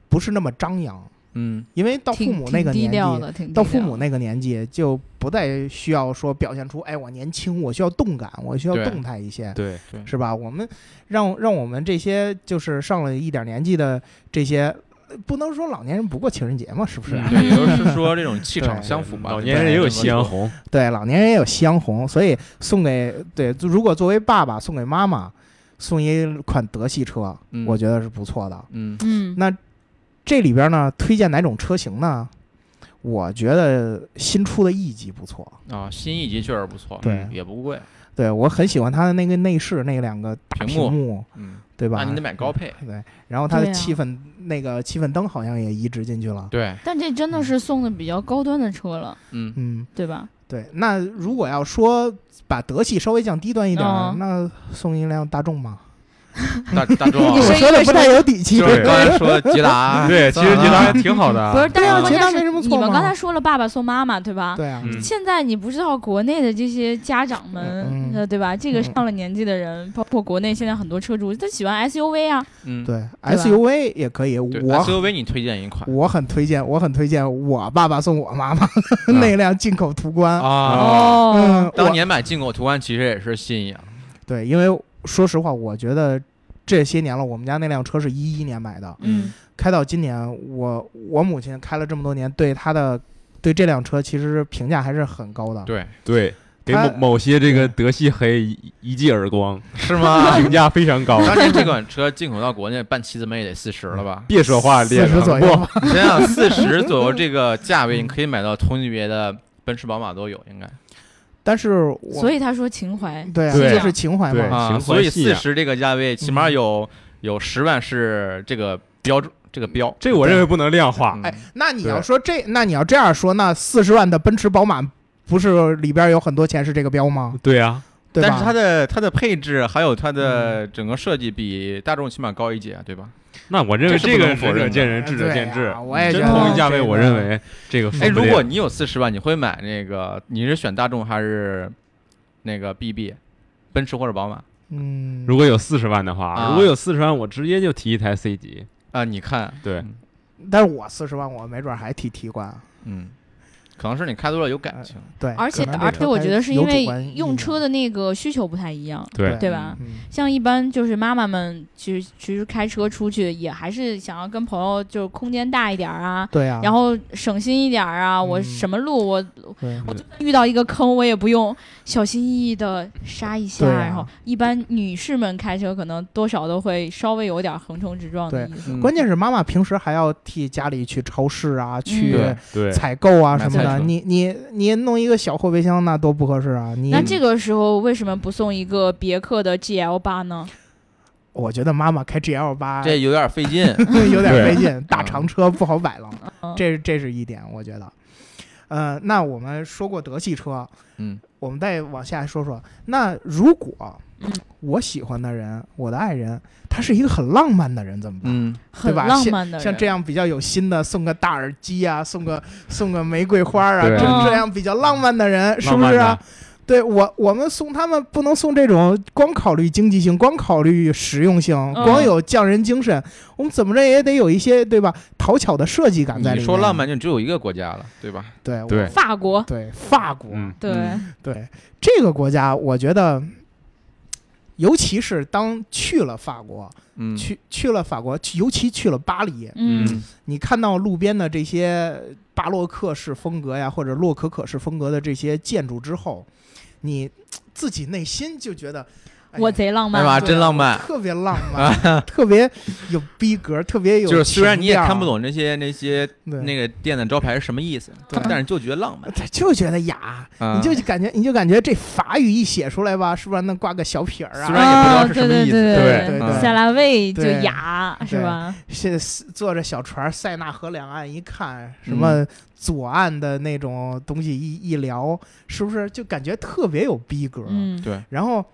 B: 不是那么张扬。
D: 嗯
B: 因为到父
A: 挺
B: 母那
A: 挺
B: 个
A: 低
B: 年纪，
A: 调的，挺低
B: 到父
A: 调
B: 母
A: 的
B: 那个年纪就不再需要说表现出，哎，我年轻，我需要动感，我需要
D: 对
B: 动态一些，
C: 对，
B: 是吧？我们让让我们这些就是上了一点年纪的这些呃不能说老年人不过情人节嘛，是不是？
D: 对有的是说这种气场相符嘛，
C: 老年人也有夕阳
D: 红，
C: 红，
B: 对，老年人也有夕阳红，所以送给对，如果作为爸爸送给妈妈，送一款德系车，
D: 嗯
B: 我觉得是不错的。
D: 嗯
A: 嗯，
B: 那这里边呢，推荐哪种车型呢？我觉得新出的 E 级不错，
D: 啊，新一级确实不错，
B: 对
D: 嗯也不贵，
B: 对我很喜欢它的那个内饰，那两个大
D: 屏
B: 屏
D: 幕嗯，
B: 对吧？
D: 那你得买高配，
B: 对，然后它
A: 对
B: 的
A: 啊
B: 气氛、那个气氛灯好像也移植进去了。
D: 对，
A: 但这真的是送的比较高端的车了，
D: 嗯，
B: 嗯，
A: 对吧？
B: 对。那如果要说把德系稍微降低端一点儿，
A: 嗯
B: 那送一辆大众嘛。
D: 大大众啊
B: 我说的不太有底气。
D: 就是刚才说的捷达，
C: 对，其实捷达还挺好的啊，
A: 不是，但是
B: 啊
A: 关
B: 捷达
A: 键
B: 没
A: 是
B: 什么
A: 你
B: 错
A: 们
B: 嘛
A: 刚才说了爸爸送妈妈，对吧？
B: 对啊，
C: 嗯
A: 现在你不知道国内的这些家长们，
B: 嗯嗯
A: 呃，对吧？这个上了年纪的人，包括国内现在很多车主，他喜欢 SUV 啊，
D: 嗯，
B: 对 SUV 也可以。
D: 对
B: 我
D: ，SUV 你推荐一款
B: 我很推荐，我很推荐我爸爸送我妈 妈那辆进口途观。
D: 啊，
A: 哦
B: 嗯，
D: 当
B: 我
D: 年买进口途观其实也是新颖，
B: 对，因为说实话，我觉得这些年了，我们家那辆车是一一年买的，
A: 嗯，
B: 开到今年，我我母亲开了这么多年，对她的对这辆车其实评价还是很高的。
D: 对，
C: 对，给
B: 它
C: 某某些这个德系黑一一记耳光，
D: 是 吗？
C: 评价非常高，
D: 当年这款车进口到国内，办妻子们也得四十了吧？
C: 别说话，
B: 四
C: 脸
B: 十
C: 上
B: 左右吧，
D: 你想想，四十左右这个价位，你可以买到同级别的奔驰、宝马都有，应该
B: 但是我
A: 所以他说情怀，
B: 对啊，
C: 对
B: 这是情怀
C: 对
B: 嘛。
D: 啊。
C: 行
D: 所以
C: 欢喜
D: 四
C: 啊
D: 十这个价位，起码有有十万是这个标准，这个标。
C: 这我认为不能量化
D: 嗯，
B: 哎，那你要
C: 对
B: 说这，那你要这样说，那四十万的奔驰、宝马不是里边有很多钱是这个标吗？
C: 对啊，
B: 对吧？
D: 但是它的它的配置还有它的整个设计比大众起码高一截，啊对吧？
C: 那我认为
D: 这
C: 这
D: 是不
C: 个
D: 能否
C: 仁
D: 认
C: 者
D: 的
C: 见仁，智者
B: 对
C: 见智
B: 啊。我也
C: 真
B: 觉得
C: 同一价位，
B: 这
C: 我
B: 个
C: 认为这个
B: 嗯
C: 说
D: 哎，
C: 不
D: 如
C: 定
D: 果你有四十万，你会买那个？你是选大众还是那个 BB，奔驰或者宝马？
B: 嗯，
C: 如果有四十万的话，
D: 啊
C: 如果有四十万，我直接就提一台 C 级。
D: 啊，你看，
C: 对，
B: 但是我四十万，我没准还提提款。
D: 嗯，可能是你开多了有感情。
B: 对，
A: 而且
B: 哎可能这
A: 而
B: 车
A: 且我
B: 还
A: 觉得是
B: 有
A: 因
B: 主
A: 为
B: 观意
A: 用
B: 义
A: 车的那个需求不太一样，
C: 对
A: 对吧？
B: 嗯
A: 像一般就是妈妈们其实其实开车出去也还是想要跟朋友就是空间大一点儿啊，
B: 对啊，
A: 然后省心一点儿啊，我
B: 嗯
A: 什么路我
B: 对
A: 遇到一个坑，我也不用小心翼翼的刹一下，
B: 对啊
A: 然后一般女士们开车可能多少都会稍微有点横冲直撞的意思。
D: 嗯
B: 关键是妈妈平时还要替家里去超市啊，去
D: 对
A: 嗯
C: 对，
B: 采购啊
D: 买
B: 什么
D: 菜
B: 的。
D: 去
B: 你你你弄一个小后备箱，那多不合适啊！你
A: 那这个时候为什么不送一个别克的 GL 八呢？
B: 我觉得妈妈开 GL 八
D: 这有点费 劲。
B: 有点
C: 对
B: 费劲，大长车不好摆了，
A: 嗯
B: 这这是一点，我觉得。呃，那我们说过德系车，
D: 嗯，
B: 我们再往下说说。那如果
A: 嗯
B: 我喜欢的人，我的爱人，他是一个很浪漫的人，怎么办？
D: 嗯，
A: 很
B: 对吧
A: 浪漫的人
B: 像这样比较有心的，送个大耳机啊，送个送个玫瑰花啊，
C: 对
B: 这
A: 嗯
B: 这样比较浪漫的人，是
C: 浪
B: 不
C: 漫
B: 是
C: 的
B: 啊？对我，我们送他们不能送这种光考虑经济性、光考虑实用性、光有匠人精神，我们怎么着也得有一些对吧讨巧的设计感在里面。
D: 你说浪，漫就只有一个国家了，对吧？
B: 对我
C: 对
A: 法国，
B: 对，法国、
C: 嗯，
A: 对，
D: 嗯
B: 对这个国家，我觉得，尤其是当去了法国，
D: 嗯，
B: 去去了法国，去尤其去了巴黎，
A: 嗯
C: 嗯
B: 你看到路边的这些巴洛克式风格呀，或者洛可可式风格的这些建筑之后，你自己内心就觉得，哎呀
A: 我贼浪
D: 哎呀妈
A: 漫，
D: 啊真浪漫啊
B: 特别浪漫，特别有逼格，特别有。
D: 就是虽然你也看不，懂那些那些
B: 对
D: 那个店的招牌是什么意思，
B: 对
D: 但是就觉得浪漫。
B: 他就觉得雅，
D: 啊
B: 你就感觉你就感觉这法语一写出来吧，是不是能挂个小撇儿
D: 虽
B: 啊？
D: 然也不知道
A: 啊，对
D: 是什么
A: 对
D: 意思嗯
B: 对对
A: 对
B: 对
A: 塞拉卫就
B: 对
A: 雅是吧？
B: 是坐着小船塞纳河两岸一看，什么
D: 嗯
B: 左岸的那种东西一一聊，是不是就感觉特别有逼格？
A: 嗯，
D: 对，
B: 然后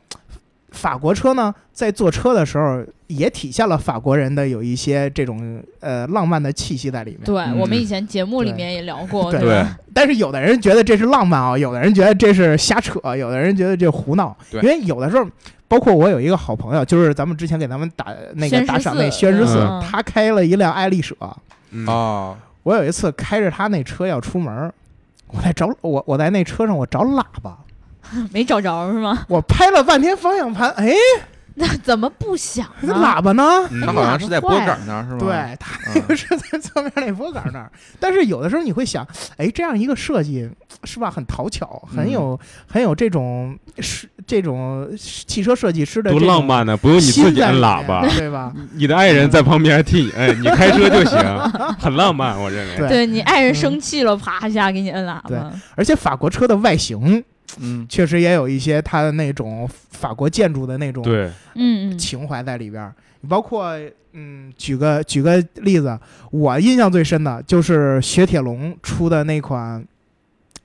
B: 法国车呢，在坐车的时候也体现了法国人的有一些这种呃浪漫的气息在里面。
A: 对
D: 嗯
A: 我们以前节目里
B: 对
A: 面也聊过，
B: 对
A: 吧？
B: 但是有的人觉得这是浪漫啊，有的人觉得这是瞎扯，有的人觉得这胡闹。
D: 对
B: 因为有的时候，包括我有一个好朋友，就是咱们之前给咱们打那
A: 轩十
B: 个打赏
A: 四
B: 那轩十四，
A: 嗯
B: 他开了一辆爱丽舍。
C: 嗯
D: 哦，
B: 我有一次开着他那车要出门儿，我在找我我在那车上我找喇叭，
A: 没找着是吗？
B: 我拍了半天方向盘，哎，
A: 那怎么不响
B: 那
A: 呢？
B: 喇叭呢？
D: 它好像是在拨杆那儿是吧？嗯
B: 对，它
D: 对，
B: 是在侧面那拨杆那儿。但是有的时候你会想，哎，这样一个设计是吧，很讨巧，很
C: 嗯
B: 有、很有这种是这种汽车设计师的
C: 多
B: 这种
C: 浪漫呢！不用你
B: 心
C: 自己
B: 在
C: 按
B: 里
C: 喇
B: 面
C: 叭，
B: 对吧？
C: 你的爱人在旁边替你摁，你开车就行，很浪漫，我认为。
B: 对
A: 对你爱人生气了，啪一下给你摁喇
B: 嗯对
A: 叭。
B: 而且法国车的外形
D: 嗯，
B: 确实也有一些它的那种法国建筑的那种
C: 对，
A: 嗯嗯，
B: 情怀在里边儿。你包括嗯，举个举个例子，我印象最深的就是雪铁龙出的那款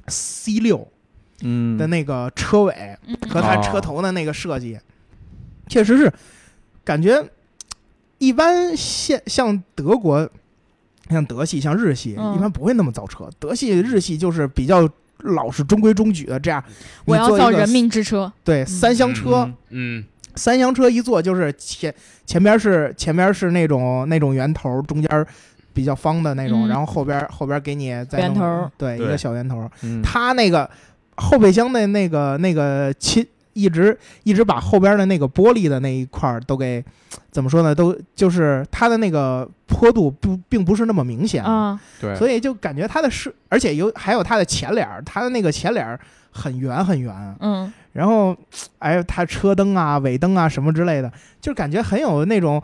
B: C 六
D: 嗯
B: 的那个车尾
A: 嗯
B: 和它
C: 哦
B: 车头的那个设计，确实是感觉一般像像德国。像德系、像日系，
A: 嗯
B: 一般不会那么造车。德系、日系就是比较老实、中规中矩的这样。
A: 我
B: 你
A: 要
B: 做一
A: 造
B: 个
A: 人命之车。
B: 对三厢车，
C: 嗯，
B: 三厢车一坐就是前前边是前边是那种那种圆头，中间比较方的那
A: 嗯
B: 种，然后后边后边给你再弄
A: 圆头，
B: 对
C: 对
B: 一个小圆头。
D: 嗯
B: 它那个后备箱的那个那个亲一直一直把后边的那个玻璃的那一块儿都给怎么说呢？都就是它的那个坡度不并不是那么明显，
A: 啊，
D: 对，
B: 所以就感觉它的是，而且有还有它的前脸儿，它的那个前脸儿很圆很圆，
A: 嗯，
B: 然后，哎呦，它车灯啊、尾灯啊什么之类的，就感觉很有那种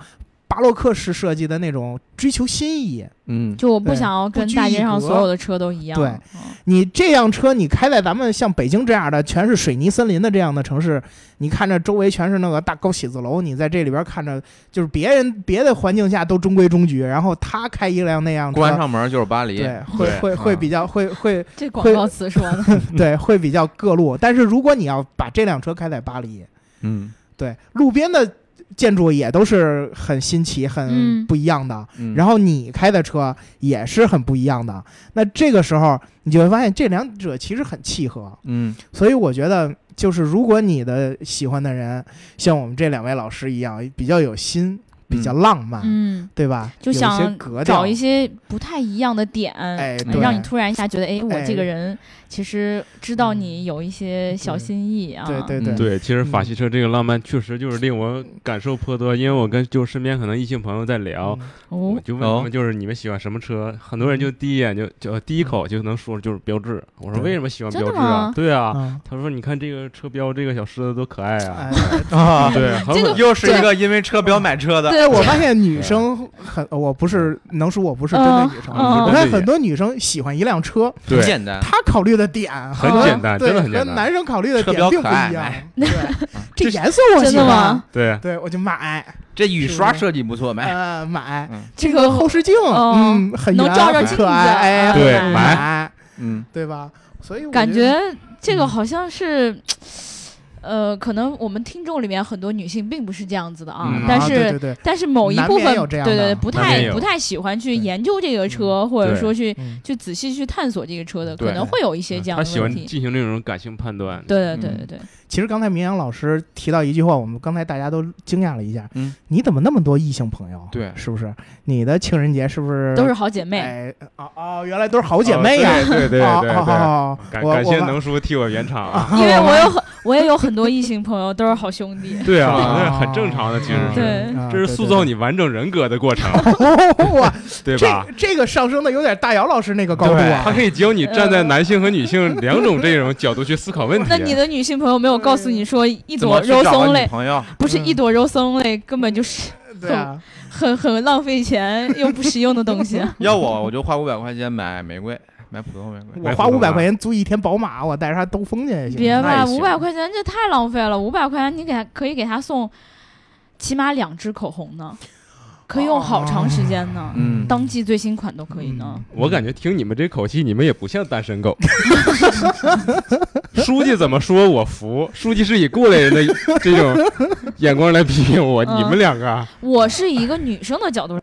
B: 巴洛克式设计的那种追求新意。
D: 嗯
A: 就我不
B: 对
A: 想要跟
B: 不拘
A: 大
B: 一
A: 街上
B: 格
A: 所有的车都一样。
B: 对
A: 嗯，
B: 你这辆车，你开在咱们像北京这样的全是水泥森林的这样的城市，你看着周围全是那个大高写字楼，你在这里边看着，就是别人别的环境下都中规中矩，然后他开一辆那样车，
D: 关上嗯门就是巴黎，
B: 对，会会会比较会会
A: 这广
B: 会
A: 告词说的。
B: 对会比较各路。但是如果你要把这辆车开在巴黎，
D: 嗯
B: 对，路边的建筑也都是很新奇、很
A: 嗯
B: 不一样的。
D: 嗯，
B: 然后你开的车也是很不一样的。那这个时候你就会发现这两者其实很契合。
D: 嗯
B: 所以我觉得，就是如果你的喜欢的人像我们这两位老师一样，比较有心，比较浪漫，
A: 嗯，
B: 对吧？
A: 就
B: 有一
A: 想
B: 些格调，
A: 找一些不太一样的点，
B: 啊哎，
D: 嗯
B: 对
A: 让你突然一下觉得，哎，我
B: 哎
A: 这个人其实知道
B: 嗯
A: 你有一些小心意啊。
B: 对对
D: 嗯
B: 对，
C: 对，其实法
B: 嗯
C: 系车这个浪漫确实就是令我感受颇多，因为我跟就身边很多异性朋友在聊，
B: 嗯
A: 哦
C: 我，就问
D: 哦
C: 他们就是你们喜欢什么车，很多人就第一眼就就第一口就能说就是标致，我说
B: 对
C: 为什么喜欢
A: 真
C: 标
A: 的
C: 致啊
A: 吗？
C: 对啊，
B: 嗯
C: 他说你看这个车标，这个小狮子多可爱啊，
B: 哎，
D: 啊，
C: 对，很
A: 这个
C: 稳
D: 又是一个因为车标买车 的，
B: 对我发现女生很，呃我不是能说我不是针
A: 嗯
B: 对女生，啊
A: 嗯
B: 我发现很多女生喜欢一辆车，
D: 很
C: 对，
D: 简单，
B: 她考虑的点
C: 很
B: 和
C: 简单
B: 对
C: 真的很简
B: 和
C: 单
B: 男生考虑的
D: 车
B: 点
D: 标
B: 并
D: 可
B: 不
D: 爱
B: 一样
D: 买。
B: 对， 这颜色我
A: 真
B: 喜
A: 的
B: 欢
A: 吗，？
C: 对，
B: 对我就买，
D: 这雨刷设计不错，买，
B: 呃，买
D: 嗯
A: 这
B: 这个
A: 个
B: 后视镜，
A: 哦
B: 嗯，很
A: 能
B: 圆
A: 照照
B: 很
A: 镜
B: 可
A: 子啊
B: 爱，哎，
A: 对
B: 很
C: 买
B: 买，
D: 嗯
B: 对吧？所以我
A: 感
B: 觉
A: 觉这个好像是。呃，可能我们听众里面很多女性并不是这样子的啊，
C: 嗯
B: 啊
A: 但
B: 对
A: 是、
B: 对对，
A: 但是某一
B: 难
A: 部
B: 免
A: 分
B: 有这
A: 对
B: 样
A: 对
B: 的
A: 对，不
C: 难免
A: 太
C: 有
A: 不太喜欢去
B: 对
A: 研究这个车，或者
C: 对
A: 说去
B: 嗯
A: 去仔细去探索这个车的，可
D: 对
A: 能会有一些这样
C: 嗯他
A: 的
C: 喜欢
A: 问题。
C: 进行这种感性判断，
A: 对对对
D: 嗯
A: 对对，
B: 其实刚才明阳老师提到一句话，我们刚才大家都惊讶了一下，
D: 嗯，
B: 你怎么那么多异性朋友？
D: 对
B: 是不是？你的情人节是不是
A: 都是好姐妹。
B: 哎，哦哦，原来都是好姐妹呀！
C: 哦对对对
B: 哦
C: 对
B: 哦
C: 对，
B: 哦，
C: 感
B: 我
C: 感谢
B: 我
C: 能叔替我圆场啊，
A: 因为我有很，我也有很多异性朋友，都是好兄弟。
C: 对
B: 啊嗯
C: 啊，那很正常的，其实
A: 对
C: 是。这是塑 造你完整人格的过程，
B: 哇，
C: 对吧
B: 这？这个上升的有点大姚老师那个高度
C: 他
B: 啊！
C: 可以教你站在男性和女性两种这种角度去思考问题。啊
A: 那你的女性朋友没有告诉你说一
D: 怎
A: 朵
D: 么去
A: 肉
D: 找个
A: 松
D: 女
A: 类，
D: 朋友？
A: 不是一朵肉松类，根本就是
B: 对啊，
A: 很很浪费钱又不实用的东西。
D: 要我我就花五百块钱买玫瑰，买普通玫瑰。
B: 我花五百块钱租一天宝马，我带着他兜风去也行。
A: 别吧，
D: 那也行
A: 五百块钱这太浪费了。五百块钱你给他可以给他送，起码两支口红呢，可以用好长时间呢，
D: 嗯，
A: 当季最新款都可以呢。
C: 嗯
B: 嗯
C: 我感觉听你们这口气，你们也不像单身狗。 书记怎么说我服，书记是以过来人的这种眼光来批评我。
A: 嗯
C: 你们两个啊，
A: 我是一个女生的角度，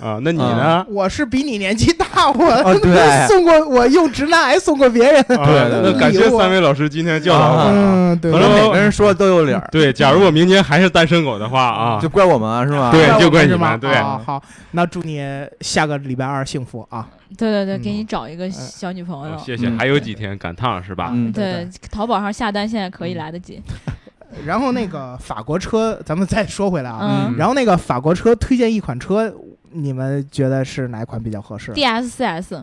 C: 啊那你呢？
B: 我是比你年纪大，我
D: 哦对
B: 送过我用直男癌送过别人。
C: 啊
D: 嗯对对对啊
C: 那感谢三位老师今天教导我。
B: 嗯，对
C: 可
D: 反正
C: 能
D: 每个人说的都有理儿，
C: 对，假如我明年还是单身狗的话啊
D: 就，怪我们啊，是吧？
C: 对就怪你
B: 是
C: 们
B: 吗？
C: 对
B: 啊好，那祝你下个礼拜二幸福啊！
A: 对对对，
B: 嗯
A: 给你找一个小女朋友。
C: 哦啊谢谢。
D: 嗯
C: 还有几天赶趟是吧？
D: 嗯，
A: 对，淘宝上下单现在可以来得及。
B: 然后那个法国车，咱们再说回来啊。
A: 嗯
C: 嗯
B: 然后那个法国车推荐一款车，你们觉得是哪款比较合适？
A: ，DS 4S，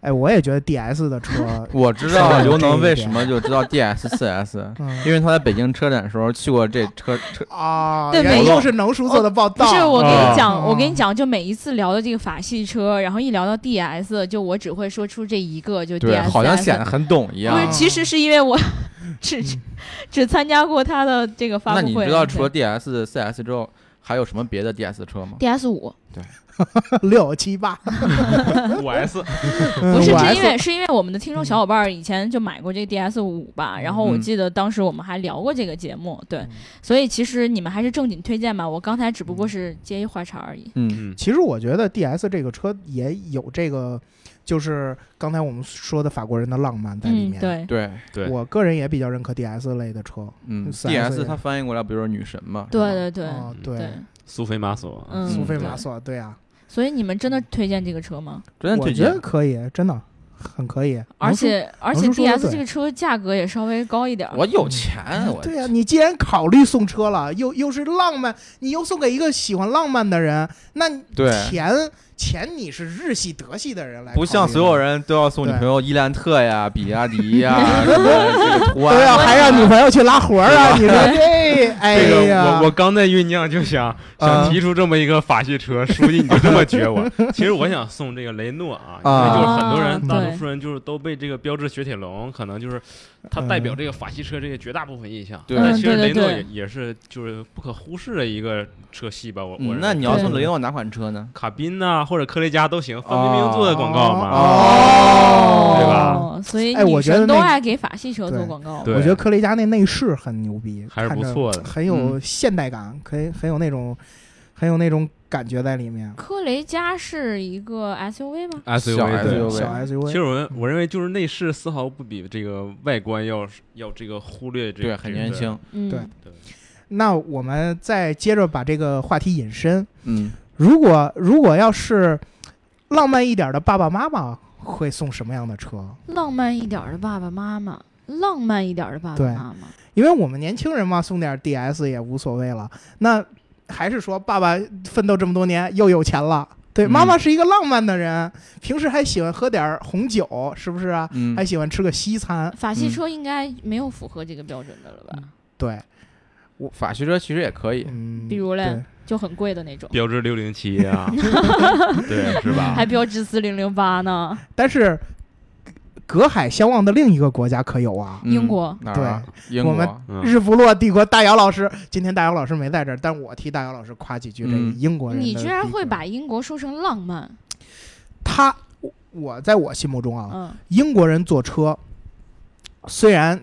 B: 哎，我也觉得 DS 的 车
D: 我知道刘能为什么就知 道 DS 4 S，
B: 嗯
D: 因为他在北京车展的时候去过这车车。
B: 啊，
A: 对
B: 原来
A: 没哦
B: 又是能叔做的报
A: 不
B: 道，
A: 是我跟
C: 啊
A: 你讲，我跟你
B: 啊
A: 讲，就每一次聊的这个法系车，然后一聊到 DS，就我只会说出这一个，就 DS，
D: 啊好像显得很懂一
A: 不
D: 样嗯
A: 是，。其
B: 嗯
A: 实是因为 我只只只参加过他的这个发
D: 那
A: 布
D: 你
A: 会。啊
D: 知道除了 DS 4 S 之后，还有什么别的 DS 车吗？
A: DS 五
B: 六七 八，
C: 五 S，
A: 不是，
B: 嗯
A: 是
B: 5S
A: 因为是因为我们的听众小伙伴儿以前就买过这个 DS 五吧，然后我
D: 嗯
A: 记得当时我们还聊过这个节目，对
B: 嗯，
A: 所以其实你们还是正经推荐吧，我刚才只不过是接一话茬而已。
D: 嗯，
C: 嗯，
B: 其实我觉得 DS 这个车也有这个，就是刚才我们说的法国人的浪漫在里
A: 嗯，
B: 面。
A: 对，
D: 对，
C: 对
B: 我个人也比较认可 DS 类的车。
D: 嗯
B: 4S
D: ，DS 它翻译过来不就是女神吗？
A: 对
D: 是吗
A: 对对
B: 哦、对，
A: 对，
C: 苏菲玛索，
A: 嗯
B: 苏菲玛
D: 对
B: 索，对啊，
A: 所以你们真的推荐这个车吗？
D: 真的
B: 我
D: 推
B: 觉
D: 荐
B: 得。可以，真的很可以。
A: 而
B: 能说，
A: 且而且
B: 能说
A: D
B: 说
A: S
B: 对
A: 这个车价格也稍微高一点儿，
D: 我有钱，我
B: 哎嗯对呀、啊你既然考虑送车了，又又是浪漫，你又送给一个喜欢浪漫的人，那
D: 对
B: 钱钱你是日系德系的人来，
D: 不像所有。人都要送女
B: 对
D: 朋友伊兰特呀、比亚 迪呀什么这个啊途
B: 都
D: 安
B: 要
D: 呀，
B: 啊还让女朋友去拉活儿啊！你说这，哎
C: 这个
B: 呀，
C: 我我刚在酝酿，就想
B: 啊
C: 想提出这么一个法系车，书记你就这么撅 我。其实我想送这个雷诺啊，因为就是很多人，
A: 啊
C: 大多数人就是都被这个标致雪铁龙，可能就是它代表这个法系车这个绝大部分印象。
D: 嗯对
C: 但其
A: 嗯对
C: 实
A: 对
C: 雷诺也
A: 对
C: 也是就是不可忽视的一个车系吧，我我
D: 嗯
C: 认
D: 那
C: 为
D: 你要送
A: 对
D: 雷诺哪款车呢？
C: 卡宾呐或者科雷嘉都行，范
D: 啊
C: 冰冰做的广告嘛。
B: 哦，
C: 对吧？
A: 所以
B: 哎我
A: 女
B: 觉得
A: 生都
B: 那
A: 爱给法系车做
B: 对
A: 广告。
C: 对
B: 我觉得科雷嘉那内饰很牛逼，
C: 还是
B: 看
C: 不
B: 着
C: 错的
B: 很有现代感，可以很有那种很有那种感觉在里面。
A: 科雷嘉是一个 SUV 吗？
D: 啊
C: 对
D: 小 SUV
B: 小
C: 其
B: SUV，
C: 实我认我认为就是内饰丝毫不比这个外观要要这个忽略这个
D: 对，很年。
C: 这个
D: 轻。
A: 嗯，
B: 对
C: 对
B: 那我们再接着把这个话题引申，
D: 嗯，
B: 如果如果要是浪漫一点的爸爸妈妈会送什么样的车？
A: 浪漫一点儿的爸爸妈妈，浪漫一点儿的爸爸
B: 对
A: 妈妈。
B: 因为我们年轻人嘛，送点 DS 也无所谓了。那还是说，爸爸奋斗这么多年又有钱了，对，
D: 嗯
B: 妈妈是一个浪漫的人，平时还喜欢喝点红酒，是不是啊？
D: 嗯
B: 还喜欢吃个西餐，
A: 法系
B: 嗯
A: 车应该没有符合这个标准的了吧？
B: 对，
D: 法系车其实也可以。
B: 嗯，
A: 比如嘞
B: 对，
A: 就很贵的那种，
C: 标致六零 七啊，对，是吧？
A: 还标致四零零八呢。
B: 但是隔海相望的另一个国家可有啊？
A: 英国
D: 嗯哪儿啊？英
B: 我们
D: 国。
C: 嗯
B: 日不落帝国，大姚老师，今天大姚老师没在这儿，但我替大姚老师夸几句这个
D: 嗯
B: 英国人的帝
A: 你
B: 国。
A: 居然会把英国说成浪漫？
B: 他，我我在我心目中啊，
A: 嗯，
B: 英国人坐车，虽然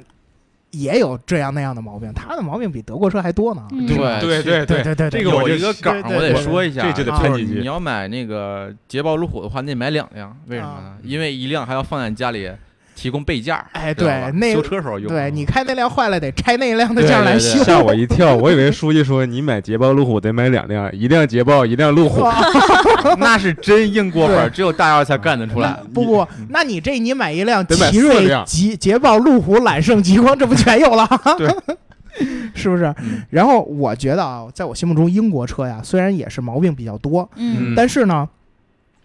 B: 也有这样那样的毛病，他的毛病比德国车还多呢。
A: 嗯
D: 哎
C: 对对
B: 对对对，
C: 这个
B: 对
C: 我
D: 有
C: 就
D: 一个梗儿，
B: 对对
D: 啊我得
B: 对
D: 说一下，
C: 这就得
B: 喷
D: 就是
C: 几句
D: 你要买那个捷豹路虎的话，你得买两辆，为什么呢
B: 啊？
D: 因为一辆还要放在你家里提供备件儿，
B: 哎，
D: 知道吧
B: 对，那
D: 修车时候用。
B: 对你开那辆坏了，得拆那辆的
C: 啊对
B: 件儿来
D: 对对
B: 修。
C: 吓我一跳，我以为书记说你买捷豹路虎得买两辆，一辆捷豹，一辆路虎。
B: 哇
D: 那是真 硬锅
B: 对
D: 粉，只有大姚才干得出来。
B: 不不，那你这你买一辆
C: 得买
B: 奇
C: 四
B: 瑞、
C: 辆
B: 捷捷豹、路虎、揽胜、极光，这不全有了？
D: 对，
B: 是不是？
D: 嗯
B: 然后我觉得啊，在我心目中，英国车呀，虽然也是毛病比较多，
A: 嗯
C: 嗯
B: 但是呢，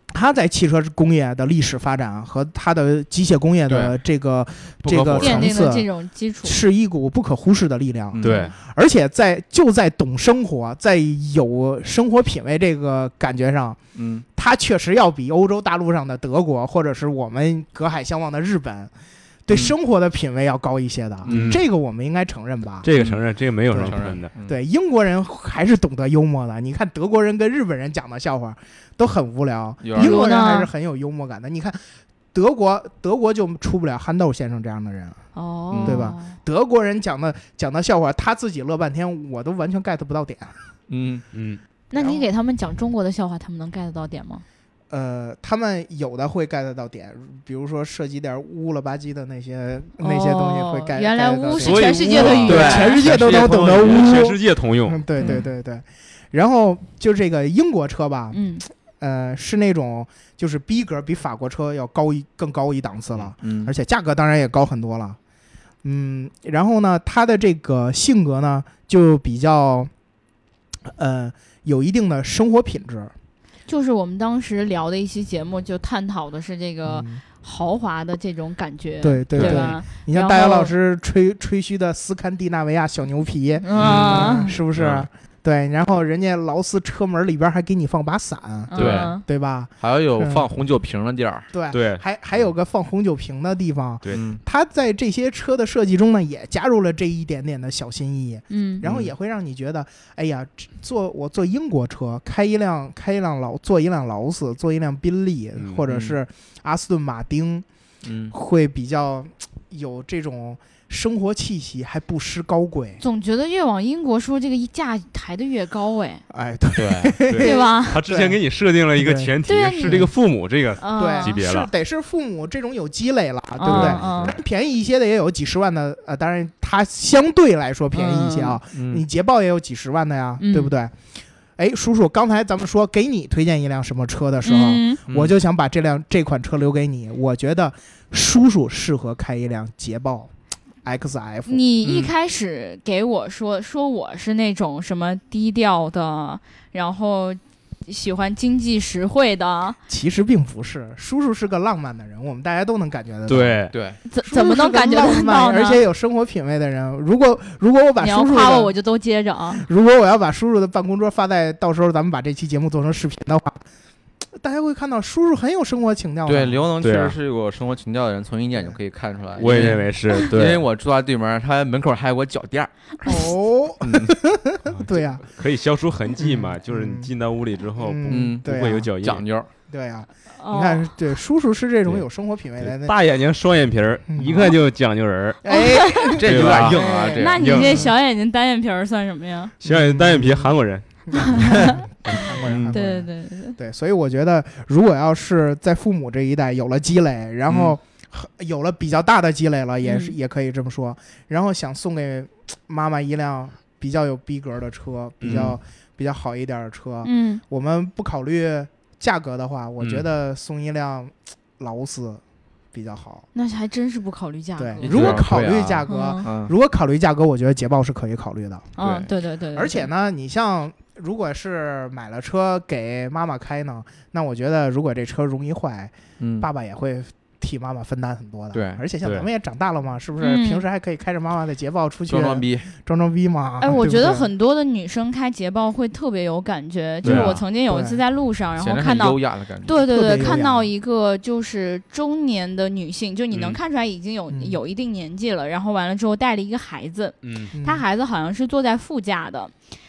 B: 它在汽车工业的历史发展啊和它的机械工业的这个
D: 不
B: 这
D: 可
B: 个
D: 否
A: 奠
D: 认
A: 定了这
B: 层次，
A: 种基础。
B: 是一股不可忽视的力量。
D: 嗯
C: 对，
B: 而且在就在懂生活，在有生活品味这个感觉上，
D: 嗯，
B: 它确实要比欧洲大陆上的德国，或者是我们隔海相望的日本，对
D: 嗯
B: 生活的品味要高一些的。
C: 嗯
B: 这个我们应该承认吧？
C: 这个承认，这个没有什么
D: 嗯承
C: 可
D: 认
C: 的。。
B: 对，英国人还是懂得幽默的。你看德国人跟日本人讲的笑话都很无聊，
D: 有点
B: 英国人
A: 有呢
B: 还是很有幽默感的。你看德国，德国就出不了憨豆先生这样的人。
A: 哦，
B: 对吧？德国人讲的讲的笑话，他自己乐半天，我都完全 get 不到点。
D: 嗯，
C: 嗯，
A: 那
B: 然
A: 你
B: 后
A: 给他们讲中国的笑话，他们能 get 到点吗？
B: 呃，他们有的会
A: 哦
B: get 到点，比如说涉及点乌了吧唧的那些那些东西会 get
A: 哦。原来
B: get 到
A: 乌
B: 点
A: 是
C: 所以
A: 全世界的语
D: 对
A: 言，
B: 全世界都能懂得
C: 全
B: 呜
C: 世界通用全世界通用。
B: 嗯，对对
D: 嗯
B: 对对。然后就这个英国车吧，
A: 嗯，
B: 呃，是那种就是逼格比法国车要高一更高一档次了，
D: 嗯
B: 而且价格当然也高很多了。嗯，然后呢，他的这个性格呢就比较，呃，有一定的生活品质。
A: 就是我们当时聊的一期节目，就探讨的是这个
B: 嗯
A: 豪华的这种感觉，
B: 对对
C: 对
A: 吧？
B: 你像
A: 然
B: 大姚
A: 后
B: 老师吹吹嘘的斯堪的纳维亚小牛皮，
A: 啊
B: 嗯，是不是？
C: 嗯
B: 对，然后人家劳斯车门里边还给你放把伞，
A: 嗯
D: 对
B: 对吧？
D: 还要有
B: 是
D: 放红酒瓶的地儿。
B: 对，
C: 对，
B: 还还有个放红酒瓶的地方。
C: 对
D: 嗯
B: 它在这些车的设计中呢，也加入了这一点点的小心意，
A: 嗯，
B: 然后也会让你觉得，哎呀，这坐我坐英国车，开一辆开一辆劳，坐一辆劳斯，坐一辆宾利，
C: 嗯
B: 或者是阿斯顿马丁，
D: 嗯，
B: 会比较有这种生活气息，还不失高贵。
A: 总觉得越往英国说这个一价抬得越高哎，
B: 哎， 对
D: 对，
A: 对吧？
C: 他之前给你设定了一个
B: 对
C: 前提
A: 对啊你
C: 是这个父母这个，
A: 嗯，
B: 对，啊
C: 级别
B: 是
C: 了
B: 得是父母这种有积累了，啊
A: 嗯，
B: 对不对？
A: 嗯嗯
B: 便宜一些的也有几十万的，呃，当然它相对来说便宜一些啊，你
C: 嗯，
B: 捷豹也有几十万的呀，
A: 嗯
B: 对不对？哎，叔叔，刚才咱们说给你推荐一辆什么车的时候，
A: 嗯
B: 我就想把这辆这款车留给你。我觉得叔叔适合开一辆捷豹 XF，
A: 你一
C: 嗯
A: 开始给我说说我是那种什么低调的，然后喜欢经济实惠的，
B: 其实并不是，叔叔是个浪漫的人，我们大家都能感觉得到。。
C: 对，
D: 对，
A: 怎 怎么能感觉得
C: 啊
A: 到呢？
B: 而且有生活品味的人，如果如果我把
A: 你要
B: 叔叔
A: 夸
B: 的
A: 我，我就都接着啊。
B: 如果我要把叔叔的办公桌发在到时候咱们把这期节目做成视频的话，大家会看到叔叔很有生活情调的。
D: 对，刘能确
C: 对啊
D: 实是有生活情调的人，从一眼就可以看出来。
C: 我也
D: 因为
C: 认为是
D: 因为
C: 对，
D: 我住他对门，他门口还有个脚垫儿。
B: 哦，
D: 嗯
B: 对 呀、
C: 可以消除痕迹嘛，就是
B: 嗯
C: 你进到屋里之后不
B: 嗯，
C: 哦不
B: 对、啊，
C: 会有脚印，
D: 讲究，
B: 对呀、
A: 哦
B: 你看，对，叔叔是这种
C: 对
B: 有生活品味的
C: 对
B: 人。
C: 大眼睛双眼皮儿，
B: 哎嗯
C: 一看就讲究人儿，
B: 哎，
D: 这有点硬啊，
B: 对吧
D: 这
A: 那
D: 个
A: 你这小眼睛单眼皮儿算什么呀？
C: 小眼睛单眼皮韩国人，
B: 嗯韩国人，韩国人
A: 对对对对，
B: 对，所以我觉得，如果要是在父母这一代有了积累，然后很有了比较大的积累了，也是
A: 嗯
B: 也可以这么说。然后想送给妈妈一辆比较有逼格的车，比较比较好一点的车。
A: 嗯，
B: 我们不考虑价格的话，我觉
C: 嗯
B: 得送一辆劳斯比较好。
A: 那还真是不考虑价格。
B: 对，
D: 也
B: 如果
D: 觉得
B: 考虑
D: 贵啊
B: 价格，
D: 嗯，
B: 如果考虑价格，我觉得捷豹是可以考虑的。
A: 嗯，对对对，对
B: 而且，呢，你像如果是买了车给妈妈开呢，那我觉得如果这车容易坏，
D: 嗯
B: 爸爸也会替妈妈分担很多的。
D: 对
B: 而且像
C: 对
B: 咱们也长大了嘛，是不是？
A: 嗯
B: 平时还可以开着妈妈的捷豹出去
D: 装装逼，
B: 装装逼嘛。
A: 哎，我
B: 啊对不
A: 觉得
B: 对
A: 很多的女生开捷豹会特别有感觉，就
C: 对
A: 是
C: 啊
A: 我曾经有一
B: 对
A: 次在路上，然后
D: 显得
A: 看
D: 很
A: 到
D: 优雅的感觉。
A: 对对
B: 特别
A: 对，
B: 优
A: 看
B: 雅
A: 到一个就是中年的女性，就你能
C: 嗯
A: 看出来已经有、
B: 嗯
A: 有一定年纪了，然后完了之后带了一个孩子，
C: 嗯，
B: 嗯
A: 她孩子好像是坐在副驾的，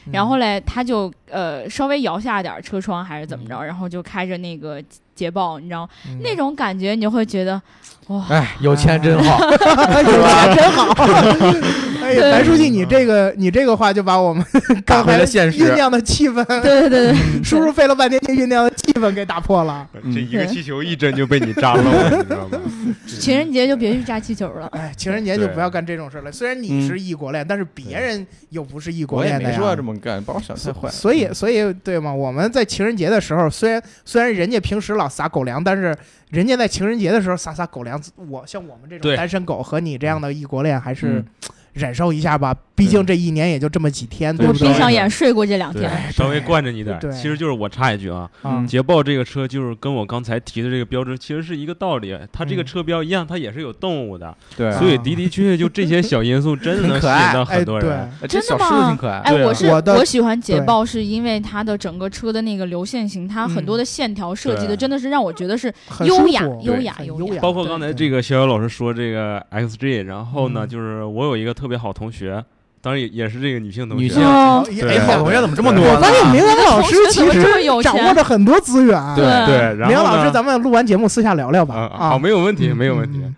B: 嗯
A: 然后嘞她就呃稍微摇下点儿车窗还是怎么
C: 嗯
A: 着，然后就开着那个捷豹，你知道、
B: 嗯
A: 那种感觉，你就会觉得哇，
D: 哎，有钱真好，
B: 有
C: 啊
B: 钱真 好。 哎呀，
A: 对
B: 白书记，你这个你这个话就把我 们
D: 嗯打
B: 刚
D: 回
B: 才
D: 了现
B: 酝
D: 实。
B: 酿的气氛，
A: 对对对
C: 嗯
A: 对，
B: 叔叔费了半天劲酝酿的气氛给打破 了。
D: 嗯
C: 这一个气球一针就被你扎漏 了，你知道吗？
A: 情人节就别去扎气球了。
B: 哎，情人节就
C: 对
B: 不要干这种事儿了。虽然
D: 嗯
B: 你是异国恋，但是别人又不是异国
D: 我也
B: 恋的
D: 没
B: 呀。
D: 说要这么干，把我想太坏了。
B: 所
C: 嗯
B: 以，所以对嘛，我们在情人节的时候，虽然虽然人家平时老撒狗粮，但是人家在情人节的时候撒撒狗粮，我像我们这种
C: 对
B: 单身狗和你这样的异国恋，还是
D: 嗯
B: 忍受一下吧。毕竟这一年也就这么几天，
C: 对
A: 我
B: 不对啊
A: 闭？上眼睡过这两
C: 对
A: 天，，
C: 稍微惯着你点
B: 对
C: 儿。其实就是我插一句啊，
B: 啊
D: 嗯，
C: 捷豹这个车就是跟我刚才提的这个标志其实是一个道理，它这个
B: 嗯
C: 车标一样，它也是有动物的，
D: 对，
B: 啊
D: 啊
C: 所以的的确确就这些小因 素真的能
D: 很
C: 吸
D: 可爱
C: 引到
B: 哎，
C: 很多
B: 对
C: 人。，
D: 哎这
A: 真的
D: 小狮子
A: 吗
D: 挺可爱。
A: 哎，
C: 对啊
A: 我是
B: 我的
A: 喜欢捷
B: 对
A: 豹，是因为它的整个车的那个流线型，它很多
B: 嗯
A: 的线条设计的
C: 对啊
A: 真的是让我觉得是
B: 很
A: 优
B: 舒
A: 雅
B: 服
A: 优
B: 对
A: 雅
B: 很
A: 优
B: 优
A: 雅
B: 雅。
C: 包括
A: 对
C: 刚
B: 对
C: 才这个逍遥老师说这个 XG，然后呢，
B: 嗯
C: 就是我有一个特别好同学，当然也也是这个女性同
D: 女
C: 学
D: 性，
B: 哎
A: 哦，
C: 对
B: 呀
D: 好同学怎么这么多
B: 我发现
D: 呢？
B: 明阳老师
A: 同学怎
B: 其
A: 么这么
B: 实
A: 有
B: 掌握
A: 钱
B: 着很多资源。
D: 对
C: 对，然后
B: 明阳老
C: 呢
B: 师，咱们录完节目私下聊聊吧。
C: 啊
B: 啊，
C: 好，没有问题，没有问题
B: 嗯。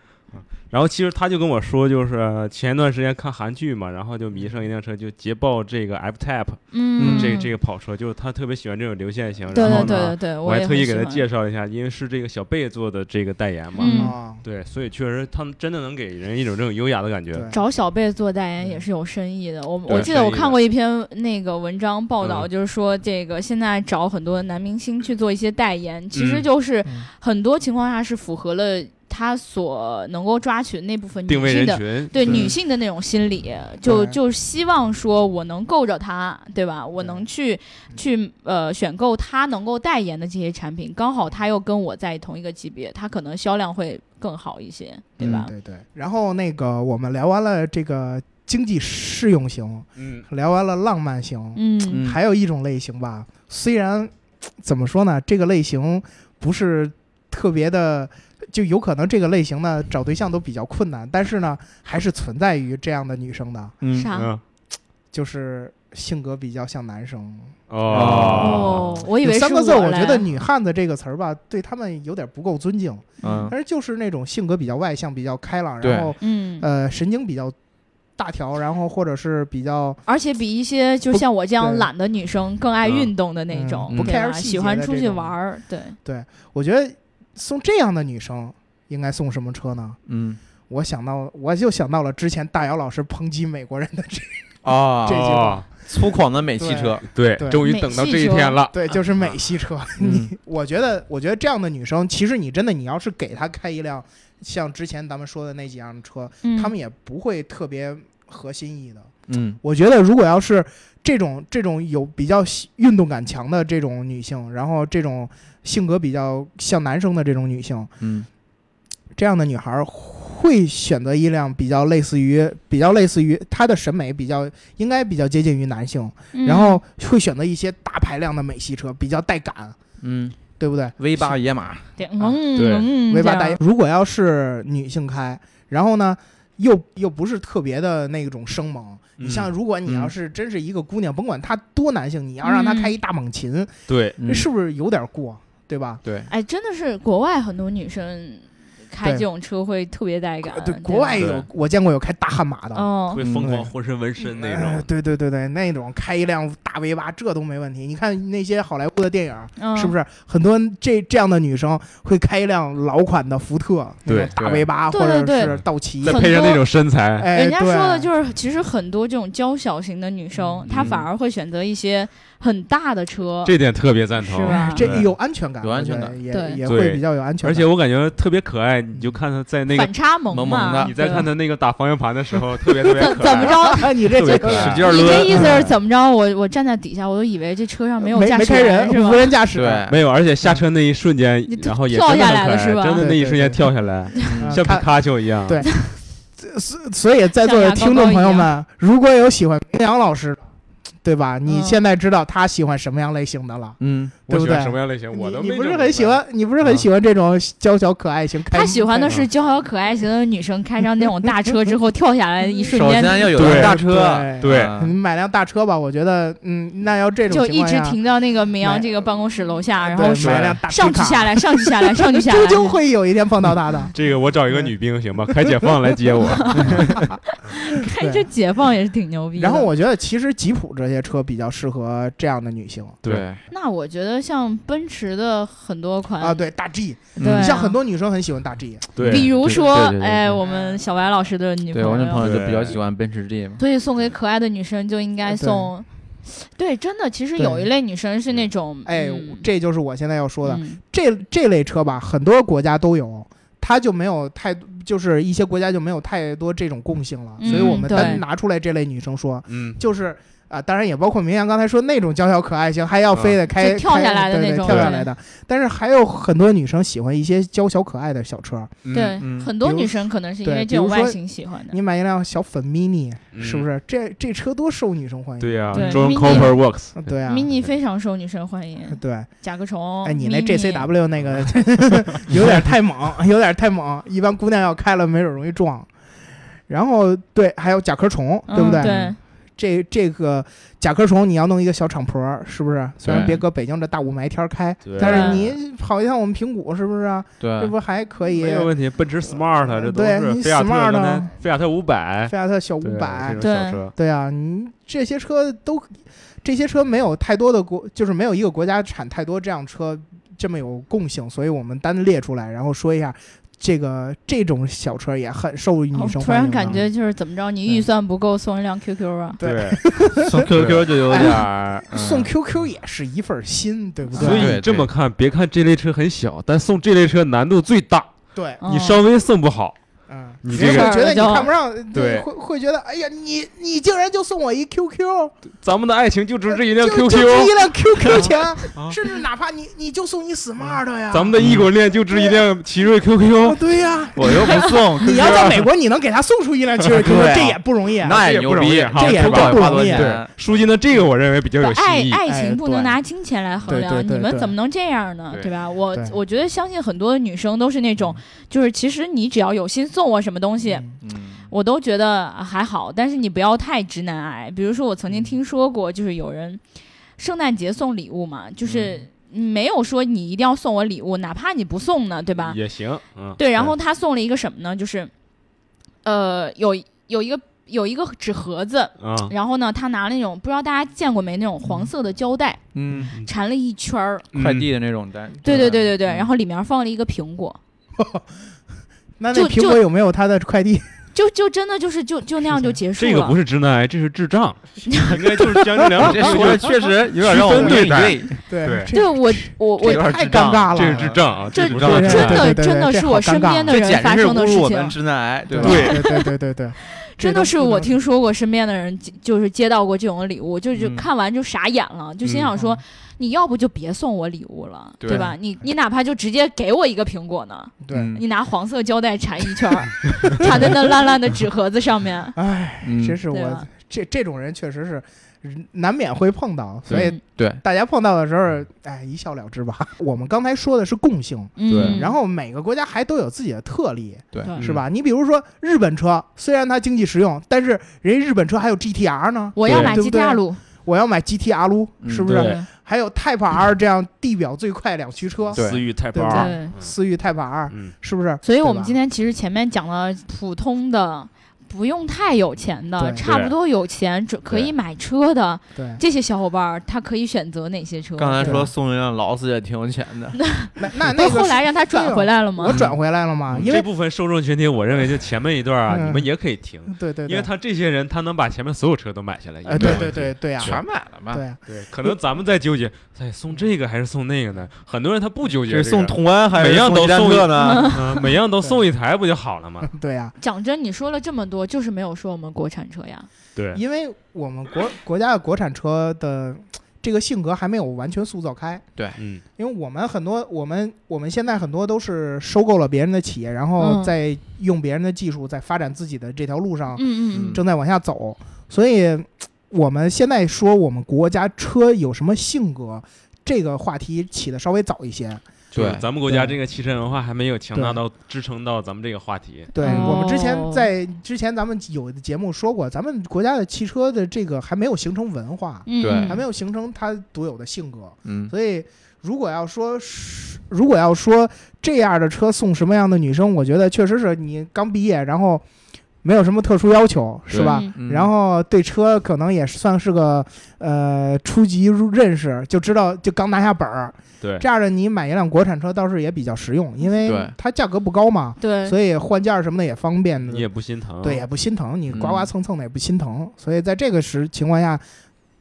C: 然后其实他就跟我说，就是前段时间看韩剧嘛，然后就迷上一辆车，就捷豹这个 F Type，
A: 嗯，
C: 这这个跑车，就是他特别喜欢这种流线型。
A: 对
C: 然后
A: 对
C: 呢
A: 对对对，
C: 我
A: 也
C: 还特意
A: 很
C: 给他
A: 喜欢
C: 介绍一下，因为是这个小贝做的这个代言嘛，
A: 嗯
B: 啊，
C: 对，所以确实他们真的能给人一种这种优雅的感觉。
B: 对
A: 找小贝做代言也是有深意的。我我
C: 嗯对
A: 记得我
C: 深意
A: 看
C: 的
A: 过一篇那个文章报道，
C: 嗯
A: 就是说这个现在找很多男明星去做一些代言，其实
C: 嗯
A: 就是
B: 嗯
A: 很多情况下是符合了。他所能够抓取那部分女
C: 定位
A: 性
C: 人
A: 的
C: 群，
A: 对
B: 对
A: 女性的那种心理，就
B: 对
A: 就希望说我能够着她，对吧？我能去
C: 嗯
A: 去呃选购她能够代言的这些产品，刚好她又跟我在同一个级别，她可能销量会更好一些，
C: 嗯
A: 对吧？
B: 对对。然后那个我们聊完了这个经济适用型，
C: 嗯，
B: 聊完了浪漫型，
A: 嗯
D: 嗯
B: 还有一种类型吧，虽然怎么说呢，这个类型不是特别的，就有可能这个类型呢找对象都比较困难，但是呢，还是存在于这样的女生的，
C: 嗯
A: 啥
C: 嗯
B: 就是性格比较像男生。
C: 哦，
A: 哦，我以为
B: 啊有
A: 是
B: 三个字，我
A: 嘞
B: 觉得“女汉子”这个词儿吧，对他们有点不够尊敬，
D: 嗯
B: 但是就是那种性格比较外向、比较开朗，
D: 对
B: 然后
A: 嗯，
B: 呃神经比较大条，然后或者是比较
A: 而且比一些就像我这样
B: 对
A: 懒的女生更爱
C: 嗯
A: 运动的那种，
D: 嗯不
A: 对吧
B: care 细
A: 喜
B: 节
A: 欢
B: 的
A: 出
B: 这
A: 去
B: 种
A: 玩儿，对，
B: 我觉得送这样的女生应该送什么车呢？
D: 嗯
B: 我想到，我就想到了之前大姚老师抨击美国人的 这，
D: 啊
B: 这句话
D: 粗犷的美系
B: 对
D: 车，
C: 对
B: 对，
C: 终于等到这一天了
B: 对，就是美系车。
D: 嗯
B: 你，我觉得，我觉得这样的女生，其实你真的，你要是给她开一辆像之前咱们说的那几样车，
A: 嗯
B: 她们也不会特别合心意的。
D: 嗯
B: 我觉得，如果要是这种这种有比较喜运动感强的这种女性，然后这种性格比较像男生的这种女性，
D: 嗯
B: 这样的女孩儿会选择一辆比较类似于、比较类似于她的审美比较应该比较接近于男性，
A: 嗯
B: 然后会选择一些大排量的美系车，比较带感，
D: 嗯
B: 对不对
D: ，V 八野马，
B: 啊
A: 对嗯
C: 对
A: 嗯
B: ？V 八
A: 这
B: 带
A: 样，
B: 如果要是女性开，然后呢？又又不是特别的那种生猛，你
C: 嗯
B: 像如果你要
D: 嗯
B: 是真是一个姑娘，甭管她多男性，你要让她
A: 嗯
B: 开一大猛禽，
C: 对，
D: 嗯
B: 这是不是有点过，对吧？
D: 对，
A: 哎，真的是国外很多女生开
B: 对
A: 这种车会特别带感，
B: 对，
A: 吧
B: 国外
C: 对
B: 有我见过有开大悍马的，
A: 哦，
C: 会
D: 嗯
C: 疯
B: 对
C: 狂浑身纹身那
B: 哎
C: 种，
B: 对对对对，那种开一辆大 V 八这都没问题。你看那些好莱坞的电影，
A: 嗯，
B: 是不是很多这这样的女生会开一辆老款的福特，那
C: 对
B: 种大
D: 对
B: V 八
A: 对
B: 或者
A: 对
B: 是
C: 对
B: 道奇
C: 再？
A: 很
C: 配上
A: 多
C: 那种身材，
B: 哎，
A: 人家说的
B: 是
A: 就是，其实很多这种娇小型的女生，
B: 嗯
A: 她反而会选择一些很大的车，
C: 这点特别赞
A: 哦是
C: 同。
A: 吧？
B: 这有安全感，
D: 有安全
B: 我觉得
D: 感
A: 对
B: 也也
C: 对
B: 会比较有安全感。
C: 而且我感觉特别可爱，你就看他在那个
A: 反差萌嘛，
D: 萌萌的
C: 你在
A: 对
C: 看他那个打方向盘的时候，特别特 别
A: 怎
C: 可
A: 怎么
C: 爱，
A: 着？
B: 啊， 你这
C: 特别
B: 这
C: 可爱，
D: 使劲儿
A: 你这
D: 抡
A: 意思是怎么着？我我站在底下，我都以为这车上没有
B: 没
A: 驾
B: 没
A: 驶
B: 开
A: 员
B: 人，
A: 是吧
B: 无？人驾驶，
D: 对，
C: 没有，而且下车那一瞬间
A: 你，
C: 然后也
A: 跳
C: 真的
A: 下
C: 很
A: 来
C: 可
A: 了
C: 爱
A: 是吧
C: 真的那一瞬间跳 下来，
B: 嗯
C: 像皮
B: 看
C: 卡丘一样。
B: 对所所以，在座的听众朋友们，如果有喜欢明阳老师的，对吧？你
A: 嗯
B: 现在知道他喜欢什么样类型的了。
D: 嗯
C: 我
B: 对不
C: 喜
B: 对
C: 欢什么样类型，我
B: 你
C: 都
B: 你
C: 没
B: 不是
C: 整
B: 很
C: 明
B: 喜
C: 白，啊
B: 欢，你不是很喜欢这种娇小可爱型？开
A: 他喜欢的
B: 开
A: 是娇小可爱型的女生，开上那种大车之后跳下来，一瞬
D: 首
A: 间
D: 先要有
C: 对
D: 辆大车，
B: 对
C: 对
B: 你
D: 嗯
B: 买辆大车吧，我觉得，嗯，那要这种
A: 就
B: 情
A: 一
B: 况
A: 直
B: 下
A: 停到那个绵阳这个办公室楼下，然后
B: 对
A: 说
B: 买辆大
A: 上去下
B: 来，
A: 来，上去下来，上去下来
B: 终，究会有一天碰到 他的。
C: 这个我找一个女兵行吧，开解放来 接我。
A: 看哎这解放也是挺牛逼的。
B: 然后我觉得，其实吉普这些车比较适合这样的女性
D: 对
A: 那我觉得像奔驰的很多款
B: 啊，，对大 G，
A: 嗯对啊
B: 你像很多女生很喜欢大 G，
C: 对，
A: 比如说
D: 对对对对
A: 哎，我们小白老师的女
D: 对，我那朋
A: 友，
D: 友就比较
C: 对
D: 喜欢奔驰 G 嘛，
A: 所以送给可爱的女生就应该送。对，真的，其实
B: 呃对
A: 有一类女生是那种
B: 哎，这就是我现在要说的。
A: 嗯
B: 这这类车吧，很多国家都有，它就没有太，就是一些国家就没有太多这种共性了，
A: 嗯
B: 所以我们
A: 对
B: 单拿出来这类女生说，
C: 嗯，
B: 就是啊、当然也包括明阳刚才说那种娇小可爱型，还
C: 嗯
B: 要非得开、
A: 就跳下来的
B: 开对
A: 那种
B: 对跳下
A: 对
B: 来的，但是还有很多女生喜欢一些娇小可爱的小车，
C: 嗯
A: 对，
D: 嗯
A: 很多
B: 比如
A: 女生可能是因为
B: 对
A: 这种
B: 比如说
A: 外形喜欢的。
B: 你买一辆小粉 mini，
C: 嗯
B: 是不是？这这车多受女生欢迎，
C: 对呀
A: 对
C: ，John
A: mini
C: Cooper Works，
B: 啊对啊。
A: mini 非常受女生欢迎，
B: 对，
A: 甲壳虫。
B: 哎，你那
A: mini
B: GCW 那个
C: 嗯
B: 有点太猛，有点太猛，一般姑娘要开了，没准容易撞。然后对，还有甲壳虫，对不
A: 嗯
B: 对？
A: 对，
B: 这这个甲壳虫，你要弄一个小敞篷儿，是不是？虽然
D: 对
B: 别搁北京这大雾霾天儿开，
C: 对
B: 但是你跑一趟我们平谷，是不是啊？
D: 对
B: 这，不还可以
C: 嗯没？有问题。奔驰 Smart 这都
B: 对
C: 是
B: 你
C: 菲亚特
B: Smart
C: 刚才
B: 呢
C: 菲亚特五百，
B: 菲亚特小五
C: 对
B: 百
C: 这，
A: 对
C: 种小车，
B: 对啊，你这些车都，这些车没有太多的国，就是没有一个国家产太多这样车这么有共性，所以我们单列出来，然后说一下，这个这种小车也很受女
A: 哦
B: 生欢迎的、啊嗯
A: 突然感觉就是怎么着，你预算不够送一辆 QQ 啊？
B: 对
C: 对，
D: 送 QQ 就有点儿
B: 送
D: 嗯
B: QQ 也是一份心，对不
C: 所
B: 对？
C: 以你这么看，别看这类车很小，但送这类车难度最大。
B: 对，
A: 哦嗯
C: 你稍微送不好，
B: 嗯，
C: 你
B: 人
C: 这个
B: 会觉得你
A: 就
B: 看不上，
C: 对
B: 会会觉得哎呀，你你竟然就送我一 QQ，
C: 咱们的爱情就值这一辆
B: 就就值一
C: QQ，
B: 辆 QQ 钱，
C: 啊
B: 甚至哪怕你你就送一 smart 呀，
C: 咱们的异国恋就值一辆奇瑞 QQ
B: 哦。对呀、
D: 我又不送，
C: 啊
B: 你要在美国，你能给他送出一辆汽车 QQ，
D: 对啊
B: 这也不容易啊。
D: 那也牛逼，
B: 这也
D: 不
B: 不容易
D: 花多
B: 这也
D: 少
B: 不容易
D: 钱
C: 对，，书记呢，这个我认为比较有
A: 爱
C: 新意。
A: 爱
B: 哎
A: 情不能
B: 对
A: 拿金钱来衡
B: 对
A: 量，
B: 对对
A: 你们
B: 对
A: 怎么能这样呢？
D: 对
A: 对吧？我
B: 对
A: 我觉得相信很多女生都是那
C: 嗯
A: 种，就是其实你只要有心送我什么东西，
B: 嗯
D: 嗯，
A: 我都觉得啊还好，但是你不要太直男癌。比如说，我曾经听说过，就是有人圣诞节送礼物嘛，就是没有说你一定要送我礼物，哪怕你不送呢，对吧？
C: 也行，嗯，
A: 对，然后他送了一个什么呢？就是，呃，有有一个有一个纸盒子，
C: 啊，
A: 然后呢，他拿那种不知道大家见过没那种黄色的胶带
D: 嗯，
A: 缠了一圈儿，
C: 嗯
D: 快递的那种单，
A: 对对对对
D: 对
A: 对，然后里面放了一个苹果，
B: 那那
A: 就
B: 苹果有没有他的快 递？
A: 就就真的就是就就那样就结束了。
C: 这个不是直男癌，这是智障，应该就是将 这两种
D: 你这说的确实有点让我无言以对，
C: 对
B: 这
A: 对我我我
D: 这有点
B: 太
D: 智
B: 尴
D: 障
B: 尬了，
C: 这是智障啊，
A: 这
C: 是
B: 对，
C: 智障
B: 对
A: 真的
B: 对对
A: 真的
B: 对
A: 是我
B: 这好
A: 身
B: 尴尬
A: 边的
D: 这简
A: 发
D: 直是
A: 生的
D: 侮
A: 事
D: 辱我们
A: 情，
D: 直男癌，
B: 对
D: 吧？
B: 对对对对对，
A: 真的是
B: 这都不嗯
A: 我
B: 能
A: 听说过身边的人接就是接到过这种礼物，就就
C: 嗯
A: 看完就傻眼了，就心
C: 嗯
A: 想说，你要不就别送我礼物了，
D: 对
A: 对吧？你你哪怕就直接给我一个苹果呢，
C: 嗯
B: 对，
D: 嗯
A: 你拿黄色胶带缠一 圈儿，缠在那烂烂的纸盒子上面，
B: 哎，
D: 嗯
B: 真是
A: 对啊
B: 我
A: 吧
B: 这这种人确实是难免会碰到，所以
A: 嗯
D: 对，
B: 大家碰到的时候，哎，一笑了之吧。我们刚才说的是共性，
A: 嗯，
B: 然后每个国家还都有自己的特例，
A: 对
B: 是？
C: 嗯
B: 吧？你比如说日本车，虽然它经济实用，但是人家日本车还有 GTR 呢，
A: 我要
C: 对
A: 买
B: 对
A: 吉
B: 不
A: 他
B: 对
A: 路，
B: 我要买 GTR 撸，
D: 嗯
B: 是不
C: 对
B: 是？还有 Type R 这样地表最快两驱车，
D: 对
C: 思域 Type
B: 对
C: R，
D: 嗯
A: 对，
B: 思域 Type R
C: 嗯，
B: 是不是？
A: 所以我
B: 对
A: 们
B: 吧
A: 今天其实前面讲了普通的。不用太有钱的，
B: 对
A: 差不
C: 对
A: 多有钱准可以
D: 对
A: 买车的
B: 对，
A: 这些小伙伴儿，他可以选择哪些车？
D: 刚才
B: 对
D: 说送一辆劳斯也挺有钱的，
B: 那那
A: 不是
B: 那
A: 后
B: 个
A: 来让他转回来了吗
B: 我？转回来了嘛，啊因为
C: 嗯这部分受众群体，我认为就前面一段啊，
B: 嗯
C: 你们也可以听，
B: 对对
C: 因
B: 对，
C: 为他这些人，他能把前面所有车都买下来，也
B: 哎
C: 没有
B: 对
C: 问
B: 对
C: 题
B: 对对呀，
D: 全买了嘛，
B: 对啊
C: 对，可能咱们在纠结，哎，送这个还是送那个呢？很多人他不纠结这
D: 是
C: 个，
D: 送同安还
C: 每
D: 是
C: 样都
D: 伊兰
C: 送一
D: 特呢？
C: 嗯，每样都送一台不就好了吗？
B: 对呀，
A: 讲真，你说了这么多，就是没有说我们国产车呀。
C: 对，
B: 因为我们国国家的国产车的这个性格还没有完全塑造开，
C: 嗯，
B: 因为我们很多我们我们现在很多都是收购了别人的企业，然后
A: 嗯
B: 再用别人的技术在发展自己的这条路上
A: 嗯嗯
D: 嗯
B: 正在往下走，所以我们现在说我们国家车有什么性格，这个话题起的稍微早一些。
C: 就是
D: 对
C: 咱们国家这个汽车文化还没有强大到支撑到咱们这个话题。
B: 对、
A: 哦
B: 我们之前在之前咱们有的节目说过，咱们国家的汽车的这个还没有形成文化，
A: 嗯，
D: 对
A: 嗯
B: 还没有形成它独有的性格，
D: 嗯，
B: 所以。如果要说是，如果要说这样的车送什么样的女生，我觉得确实是你刚毕业，然后没有什么特殊要求，是吧？
A: 嗯
D: 嗯
B: 然后对车可能也算是个呃初级入认识，就知道就刚拿下本儿。
C: 对
B: 这样的你买一辆国产车倒是也比较实用，因为
D: 对
B: 它价格不高嘛，
A: 对，
B: 所以换件儿什么的也方便。
C: 你也不心疼。
B: 嗯对，也不心疼，你
D: 嗯
B: 刮刮蹭蹭的也不心疼。所以在这个时情况下，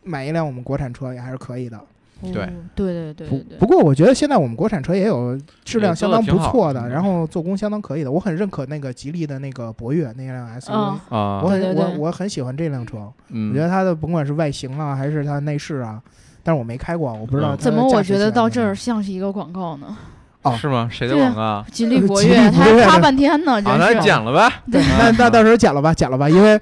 B: 买一辆我们国产车也还是可以的。
A: 哦
D: 对
A: 对对对
B: 不
A: 对嗯
B: 不过我觉得现在我们国产车也有质量相当不错
D: 也做得挺好
B: 的，
D: 嗯
B: 然后做工相当可以的。我很认可那个吉利的那个博越那辆 SUV，、
A: 嗯
D: 啊
B: 我，很
A: 对对对
B: 我我很喜欢这辆车。我觉
D: 嗯，
B: 得它的甭管是外形啊，还是它内饰啊，但是我没开过，我不知道
C: 嗯
B: 它
A: 怎
B: 的
A: 么
B: 驾
A: 我
B: 驶
A: 觉得
B: 体验
A: 到
B: 怎
A: 这
B: 么
A: 儿
B: 样
A: 像是一个广告 呢？
B: 哦
D: 是吗？谁的
A: 对
D: 广告啊？
A: 吉利博
B: 吉利
A: 越，
B: 博
A: 他
B: 越
A: 还夸
B: 的
A: 半天呢，
D: 啊，那
A: 真是。
D: 讲了呗，
B: 对，那
D: 啊
B: 那到时候剪了吧，剪了吧，因为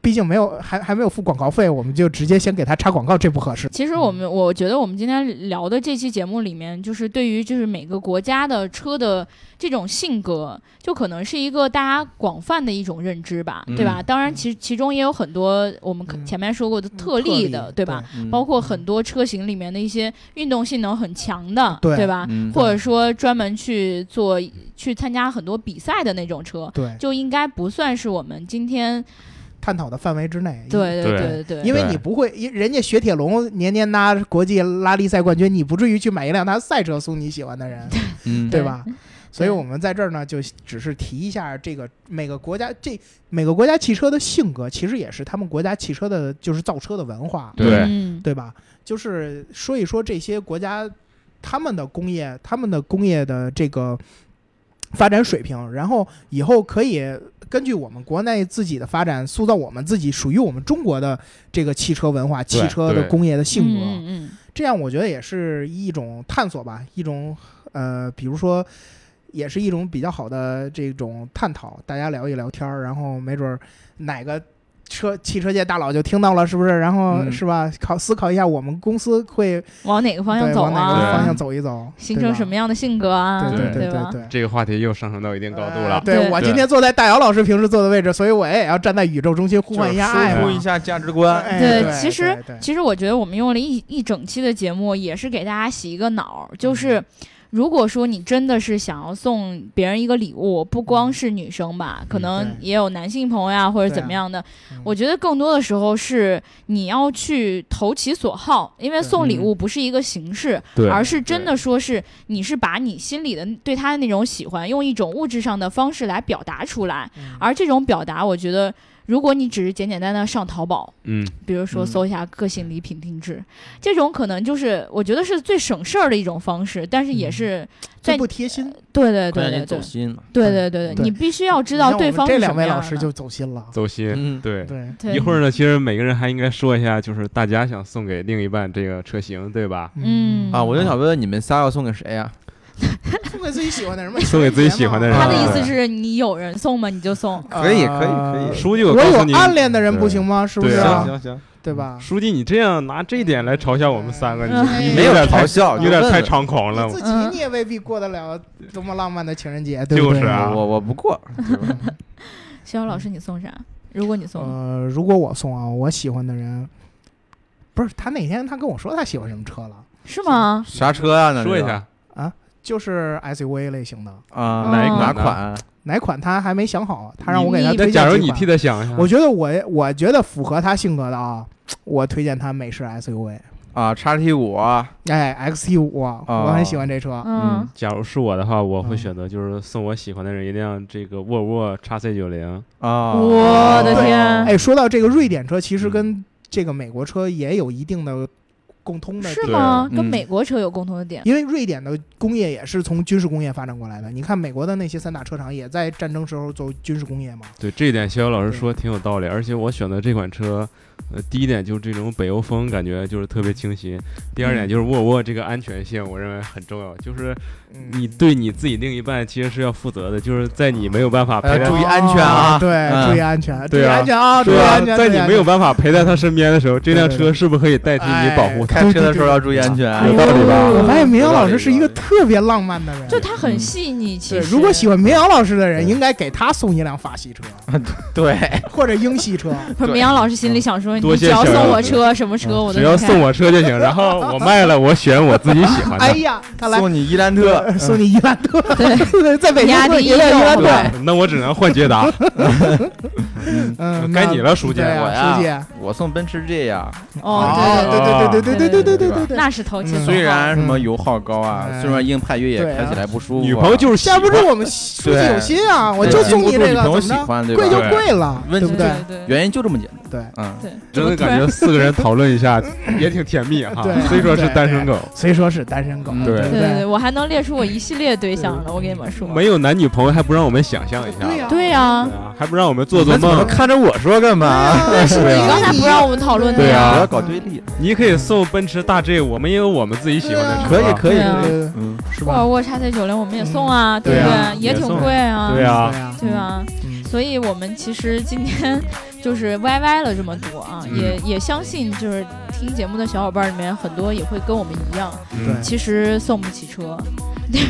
B: 毕竟没有还还没有付广告费，我们就直接先给它插广告，这不合适。
A: 其实我们我觉得我们今天聊的这期节目里面，就是对于就是每个国家的车的这种性格，就可能是一个大家广泛的一种认知吧，对吧？当然其，其中也有很多我们可
B: 嗯
A: 前面说过的
B: 嗯
A: 特例的，对
B: 对
A: 吧？？
D: 嗯
A: 包括很多车型里面的一些运动性能很强的，
B: 对
A: 吧？
D: 嗯
A: 或者说专门去做去参加很多比赛的那种车，
B: 对，
A: 就应该不算是我们今天
B: 探讨的范围之内。
A: 对
C: 对
A: 对对对
B: 因为你不会，因人家雪铁龙年年拿国际拉力赛冠军，你不至于去买一辆他赛车送你喜欢的人，
D: 嗯
B: 对吧？所以我们在这儿呢，就只是提一下这个每个国家这每个国家汽车的性格，其实也是他们国家汽车的就是造车的文化，
D: 对
A: 嗯
B: 对吧？就是说一说这些国家他们的工业，他们的工业的这个发展水平，然后以后可以根据我们国内自己的发展，塑造我们自己属于我们中国的这个汽车文化、汽车的
D: 对
B: 工业的性格。
A: 嗯嗯
B: 这样我觉得也是一种探索吧，一种呃，比如说，也是一种比较好的这种探讨，大家聊一聊天儿，然后没准儿哪个车汽车界大佬就听到了，是不是？然后、
D: 嗯
B: 是吧？考思考一下，我们公司会
A: 嗯，往哪个方向
B: 对
A: 走
B: 往哪个
A: 啊？
B: 方向走一走，
A: 形成什么样的性格啊？
B: 对吧？对
D: 对
B: 对
A: 吧？
B: 对。
C: 这个话题又上升到一定高度
B: 呃
C: 了。
B: 对
A: 对
B: 我
D: 对
B: 今天坐在大姚老师平时坐的位置，所以我也要站在宇宙中心呼
D: 就是
B: 唤一下爱
D: 输出
B: 嘛
D: 一下价值观。
B: 哎
A: 对
B: 对，
A: 其实
B: 对对
A: 其实我觉得我们用了一一整期的节目，也是给大家洗一个脑儿，就是。
B: 嗯
A: 如果说你真的是想要送别人一个礼物，不光是女生吧，可能
B: 对
A: 也有男性朋友呀，或者
B: 嗯对
A: 怎么样的
B: 嗯。
A: 我觉得更多的时候是你要去投其所好，因为
B: 对
A: 送礼
C: 嗯
A: 物不是一个形式，
C: 对
A: 而是真的说是你是把你心里的对他的那种喜欢，用一种物质上的方式来表达出来。
B: 嗯
A: 而这种表达，我觉得如果你只是简简单单上淘宝，
C: 嗯，
A: 比如说
D: 嗯
A: 搜一下个性礼品定制，这种可能就是我觉得是最省事儿的一种方式，但是也是在、
B: 最嗯不贴心，
A: 对对对
D: 关键
A: 对对
D: 你走心嘛。
A: 对对对
B: 嗯对
A: 对，你必须要知
B: 你
A: 道
B: 看
A: 对
B: 我们
A: 方
B: 这
A: 是什
B: 两
A: 么
B: 位老
A: 样
B: 师
A: 的
B: 就走心了，
C: 走心。
D: 嗯，
C: 对，
B: 对，
A: 对
C: 一会儿呢，其实每个人还应该说一下，就是大家想送给另一半这个车型，对吧？
A: 嗯
D: 啊，我就想问问你们仨要送给谁啊呀？
B: 送给自己喜欢的人嘛，
C: 送给自己喜欢的人
A: 他的意
D: 啊
A: 思
B: 嗯
A: 是你有人送吗？你就送。
D: 可以可以可以
C: 书记，
B: 呃我
C: 告诉你
B: 有，暗恋的人不行吗？是不是
C: 对啊
B: 啊？
D: 行行，
B: 对吧？
C: 书记，你这样拿这一点来嘲笑我们三个，
A: 嗯
C: 你你
D: 没有
C: 有点
D: 嘲
C: 太
D: 笑，
C: 有点
D: 就问
C: 太
D: 问。
C: 猖狂了
B: 你。自己
A: 嗯
B: 你也未必过得了多么浪漫的情人节，对不对？
C: 就是啊
D: 我我不过，
A: 逍遥老师，你送啥？如果你送，
B: 呃，如果我送啊，我喜欢的人，不是他那天他跟我说他喜欢什么车了，
A: 是吗？
D: 啥车啊？那
C: 说一
D: 是
C: 下，
B: 就是 SUV 类型的，
D: 啊，
A: 哪一款
D: 哪
C: 呢
D: 款？
B: 哪款他还没想好，他让我给他
A: 你
B: 推荐
C: 那
B: 几款。
C: 假如你替他想一下，
B: 我觉得我我觉得符合他性格的啊，我推荐他美式 SUV，
D: 啊，叉 T 五啊，
B: 哎，XT 五啊，
D: 哦
B: 我很喜欢这车。
A: 嗯，
C: 假如是我的话，我会
B: 嗯
C: 选择就是送我喜欢的人一辆这个沃尔沃 x C 九零。
D: 啊
A: 我的天
B: 哎，说到这个瑞典车，
D: 嗯
B: 其实跟这个美国车也有一定的共通的，
A: 是吗？
D: 对
A: 跟
D: 嗯
A: 美国车有共同的点。
B: 因为瑞典的工业也是从军事工业发展过来的。你看美国的那些三大车厂也在战争时候做军事工业嘛。
C: 对这一点，逍遥老师说挺有道
B: 嗯
C: 理。而且我选择这款车，呃，第一点就是这种北欧风感觉就是特别清新，第
B: 嗯
C: 二点就是沃尔沃这个安全性，我认为很重要。就是
D: 嗯
B: 嗯
C: 你对你自己另一半其实是要负责的，就是在你没有办法
B: 哎
C: 陪
D: 呃
C: 在
D: 注意安全啊
B: 对，
D: 嗯
B: 注意安全，注
C: 对
B: 意
C: 啊
B: 安全啊，注意
C: 对
B: 安全。
C: 在你
B: 注意安全
C: 没有办法陪在他身边的时候，这辆
B: 对对哎
C: 车是不是可以代替你保护他？
D: 开车的时候要注意安全，啊
B: 哎呦
C: 有道理吧
B: 我发现明阳老师是一个
D: 有道理
B: 特别浪漫的人，
A: 就他很细腻，其
B: 嗯对，
A: 实
B: 如果喜欢明阳老师的人，
D: 对
B: 应该给他送一辆法系车
D: 对，
B: 或者英系 车。
A: 不是
D: 对
A: 明阳老师心里想
B: 嗯
A: 说，
C: 多
A: 你
C: 谢
A: 只要
C: 小
A: 送
C: 杨
A: 我
C: 子
A: 车，什么车我都
C: 只要
A: 能开
C: 送我车就 行，然后我卖了，我选我自己喜欢
B: 哎
C: 的。
B: 呀，看来
D: 送你伊兰特，
B: 送你伊兰特，
A: 嗯对
B: 对，在北京
A: 压
B: 坐
A: 低
B: 一辆伊兰
A: 右
B: 特，
A: 对
C: 对，那我只能换 捷达。
B: 嗯，
C: 该
B: 那
C: 你了书记
B: 对
D: 我
B: 啊，书记
D: 呀，我送奔驰 G 呀，
A: 哦，
B: 啊对对对对对对对对对，
A: 那是投其
B: 嗯
A: 所好。
D: 虽然什么油耗高
B: 嗯
D: 啊，虽然硬派越
B: 对
D: 野
B: 啊
D: 开起来不舒服啊，
C: 女朋友就是喜
B: 架
C: 欢
B: 不住我们书记有心啊，我
D: 对
B: 就送你
D: 经不住
B: 这
D: 女
B: 个，
D: 朋友
B: 怎
D: 喜
B: 么着？
D: 欢对
B: 贵就
D: 吧？
B: 贵了，
D: 对
B: 对不对？
A: 对对
D: 原因就这么简单，
B: 对，
D: 嗯，
A: 对，
C: 真的
A: 怎么突
C: 感
A: 然
C: 觉四个人讨论 一下也挺甜蜜哈
B: 对，
C: 虽说是单身狗，
B: 虽说是单身狗，
D: 嗯
B: 对
C: 对
B: 不
A: 对对对，我还能列出我一系列对象了，我跟你们说。
C: 没有男女朋友还不让我们想象一下，
B: 对呀
A: 对呀啊
C: 对，啊还不让我们做做
D: 你们怎
C: 梦
D: 么。看着我说干嘛？
B: 啊是
A: 你刚才不让我们讨论的
C: 对啊
D: 不
A: 呀
D: 要。搞对立，
C: 你可以送奔驰大 G，我们也有我们自己喜欢的车，
D: 可以可以
A: 对，啊
B: 对对
D: 嗯，
B: 是
A: 沃
B: 吧
A: 尔？沃 x C 九零我们也送啊，
B: 对
A: 不
C: 啊
A: 对？也挺贵啊，
C: 对啊
B: 呀，
A: 对吧？
B: 嗯
A: 所以我们其实今天就是歪歪了这么多啊，
C: 嗯
A: 也也相信就是听节目的小伙伴里面很多也会跟我们一样，
C: 嗯
A: 其实送不起车，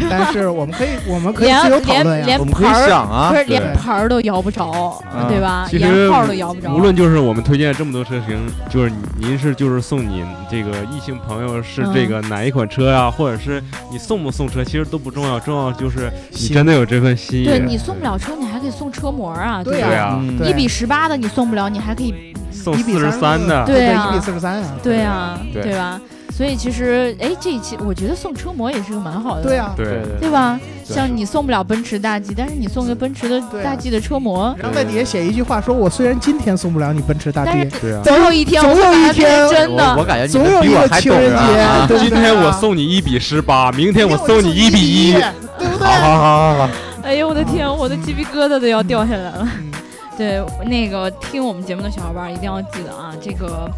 B: 但是我们可以，我们可以自由
A: 连
B: 讨论
A: 连
B: 呀。
D: 我
A: 连
D: 们可以
A: 牌儿
D: 想啊
A: 不，是连
B: 对
A: 牌儿都摇不着，
D: 啊
A: 对吧？
C: 其实
A: 连号儿都摇不着。
C: 无论就是我们推荐这么多车型，就是您是就是送你这个异性朋友是这个哪一款车啊，或者是你送不送车，其实都不重要，重要就是你真的有这份心意。
A: 对你送不了车，你还可以送车模啊，
B: 对
A: 吧
C: 对啊，
D: 嗯
B: 对
A: 一比十八的你送不了，你还可以，
C: 送
B: 一比
C: 四十三的，
A: 对啊
B: 一比四十三啊，
A: 对啊，
D: 对
A: 对吧？所以其实，哎，这一期我觉得送车模也是个蛮好的，
B: 对，啊，
C: 对
A: 对吧？
D: 对
A: 像你送不了奔驰大 G，但是你送个奔驰的
B: 对啊
A: 大 G 的车模，
B: 然后在底下写一句话，说我虽然今天送不了你奔驰大
A: 但
B: G，
A: 是
C: 对啊。
A: 总有一天，
B: 总
A: 我会
B: 有
A: 把
B: 一
A: 它变
B: 天
A: 成真
D: 我我
A: 的。
D: 感觉
B: 总
D: 你们
B: 有
D: 比
B: 一
D: 我
B: 个
D: 还
B: 情
D: 懂
B: 人
D: 啊啊
B: 节，对不对啊
C: 今天我，送你一比十八，明天我送你一比一。
B: 对不对？
D: 好好好好好，
A: 哎呦我的天，我的鸡皮疙瘩都要掉下来了。
B: 嗯
A: 对，那个听我们节目的小伙伴一定要记得啊，这个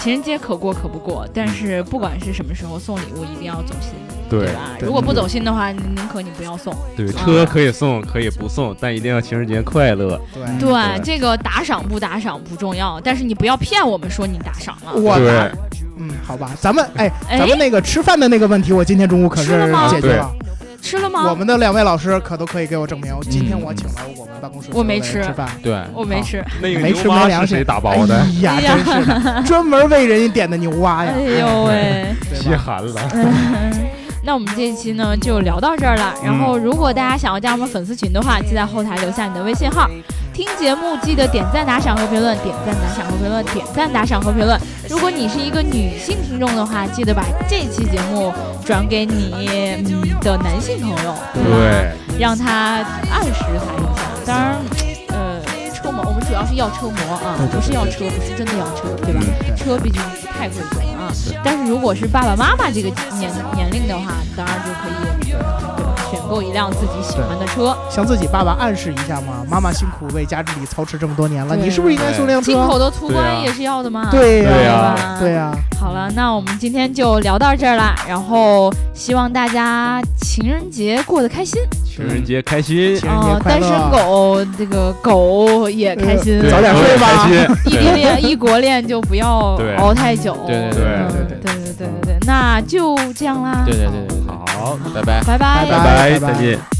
A: 情人节可过可不过，但是不管是什么时候送礼物，一定要走心，
C: 对
A: 吧？
B: 对
A: 如果不走心的话，宁可你不要送。
B: 嗯
C: 对，
A: 啊
C: 车可以送，可以不送，但一定要情人节快乐。
B: 对，
A: 对
C: 对，
A: 这个打赏不打赏不重要，但是你不要骗我们说你打赏了。
B: 我
C: 对
B: 打，嗯，好吧，咱们哎，
A: 哎
B: 咱们那个吃饭的那个问题，我今天中午可
A: 吃
B: 是
A: 了吗
B: 解决了。
A: 吃了吗？
B: 我们的两位老师可都可以给我证明，今天
D: 嗯
B: 我请了我们办公室
A: 我没
B: 所有的人
A: 吃
B: 吃饭，
D: 对，
A: 我没吃。
C: 那个
B: 没
C: 牛
B: 吃没
C: 蛙
B: 良
C: 是
B: 心
C: 谁打
B: 哎
C: 包 的？
B: 呀，
A: 哎呀
B: 真是的，专门为人家点的牛蛙呀
A: 哎，呦 喂！
B: 对哎
C: 稀
B: 吧？
C: 罕了。
A: 那我们这一期呢就聊到这儿了。然
B: 嗯
A: 后，如果大家想要加我们粉丝群的话，记得在后台留下你的微信号。听节目记得点赞、打赏和评论，点赞、打赏和评论，点赞、打赏和评论。如果你是一个女性听众的话，记得把这期节目转给你嗯的男性朋友，吧？
C: 对，
A: 让他按时来一下。当然，呃，车模我们主要是要车模啊，不是要车，不是真的要车，对
B: 嗯
A: 吧？车毕竟太贵重了啊。但是如果是爸爸妈妈这个年年龄的话，当然就可以对吧选购一辆自己喜欢的车，
B: 向自己爸爸暗示一下嘛，妈妈辛苦为家治理操持这么多年了，
A: 对
B: 你是不是应该送辆
A: 进
B: 车？
A: 口的途
C: 对啊
A: 观也是要的嘛。
B: 对
C: 对
B: 呀，
C: 呀
A: 吧
B: 对呀，
A: 好了，那我们今天就聊到这儿啦。然后希望大家情人节过得开心
C: 情人节开心，
B: 情人
A: 啊、
B: 节快
A: 单身
B: 乐，
A: 狗这个狗也开心，
C: 对
B: 早点
C: 都
B: 睡
C: 得
B: 吧
C: 开心
A: 异地恋、异国恋就不要
C: 对
A: 熬太久。
D: 对对
C: 对
A: 嗯
B: 对
A: 对对对对对，那就这样啦。
D: 对对对对对，
C: 好，
D: 拜拜。
A: 拜拜
B: 拜
C: 拜，
B: 拜拜
C: 再见。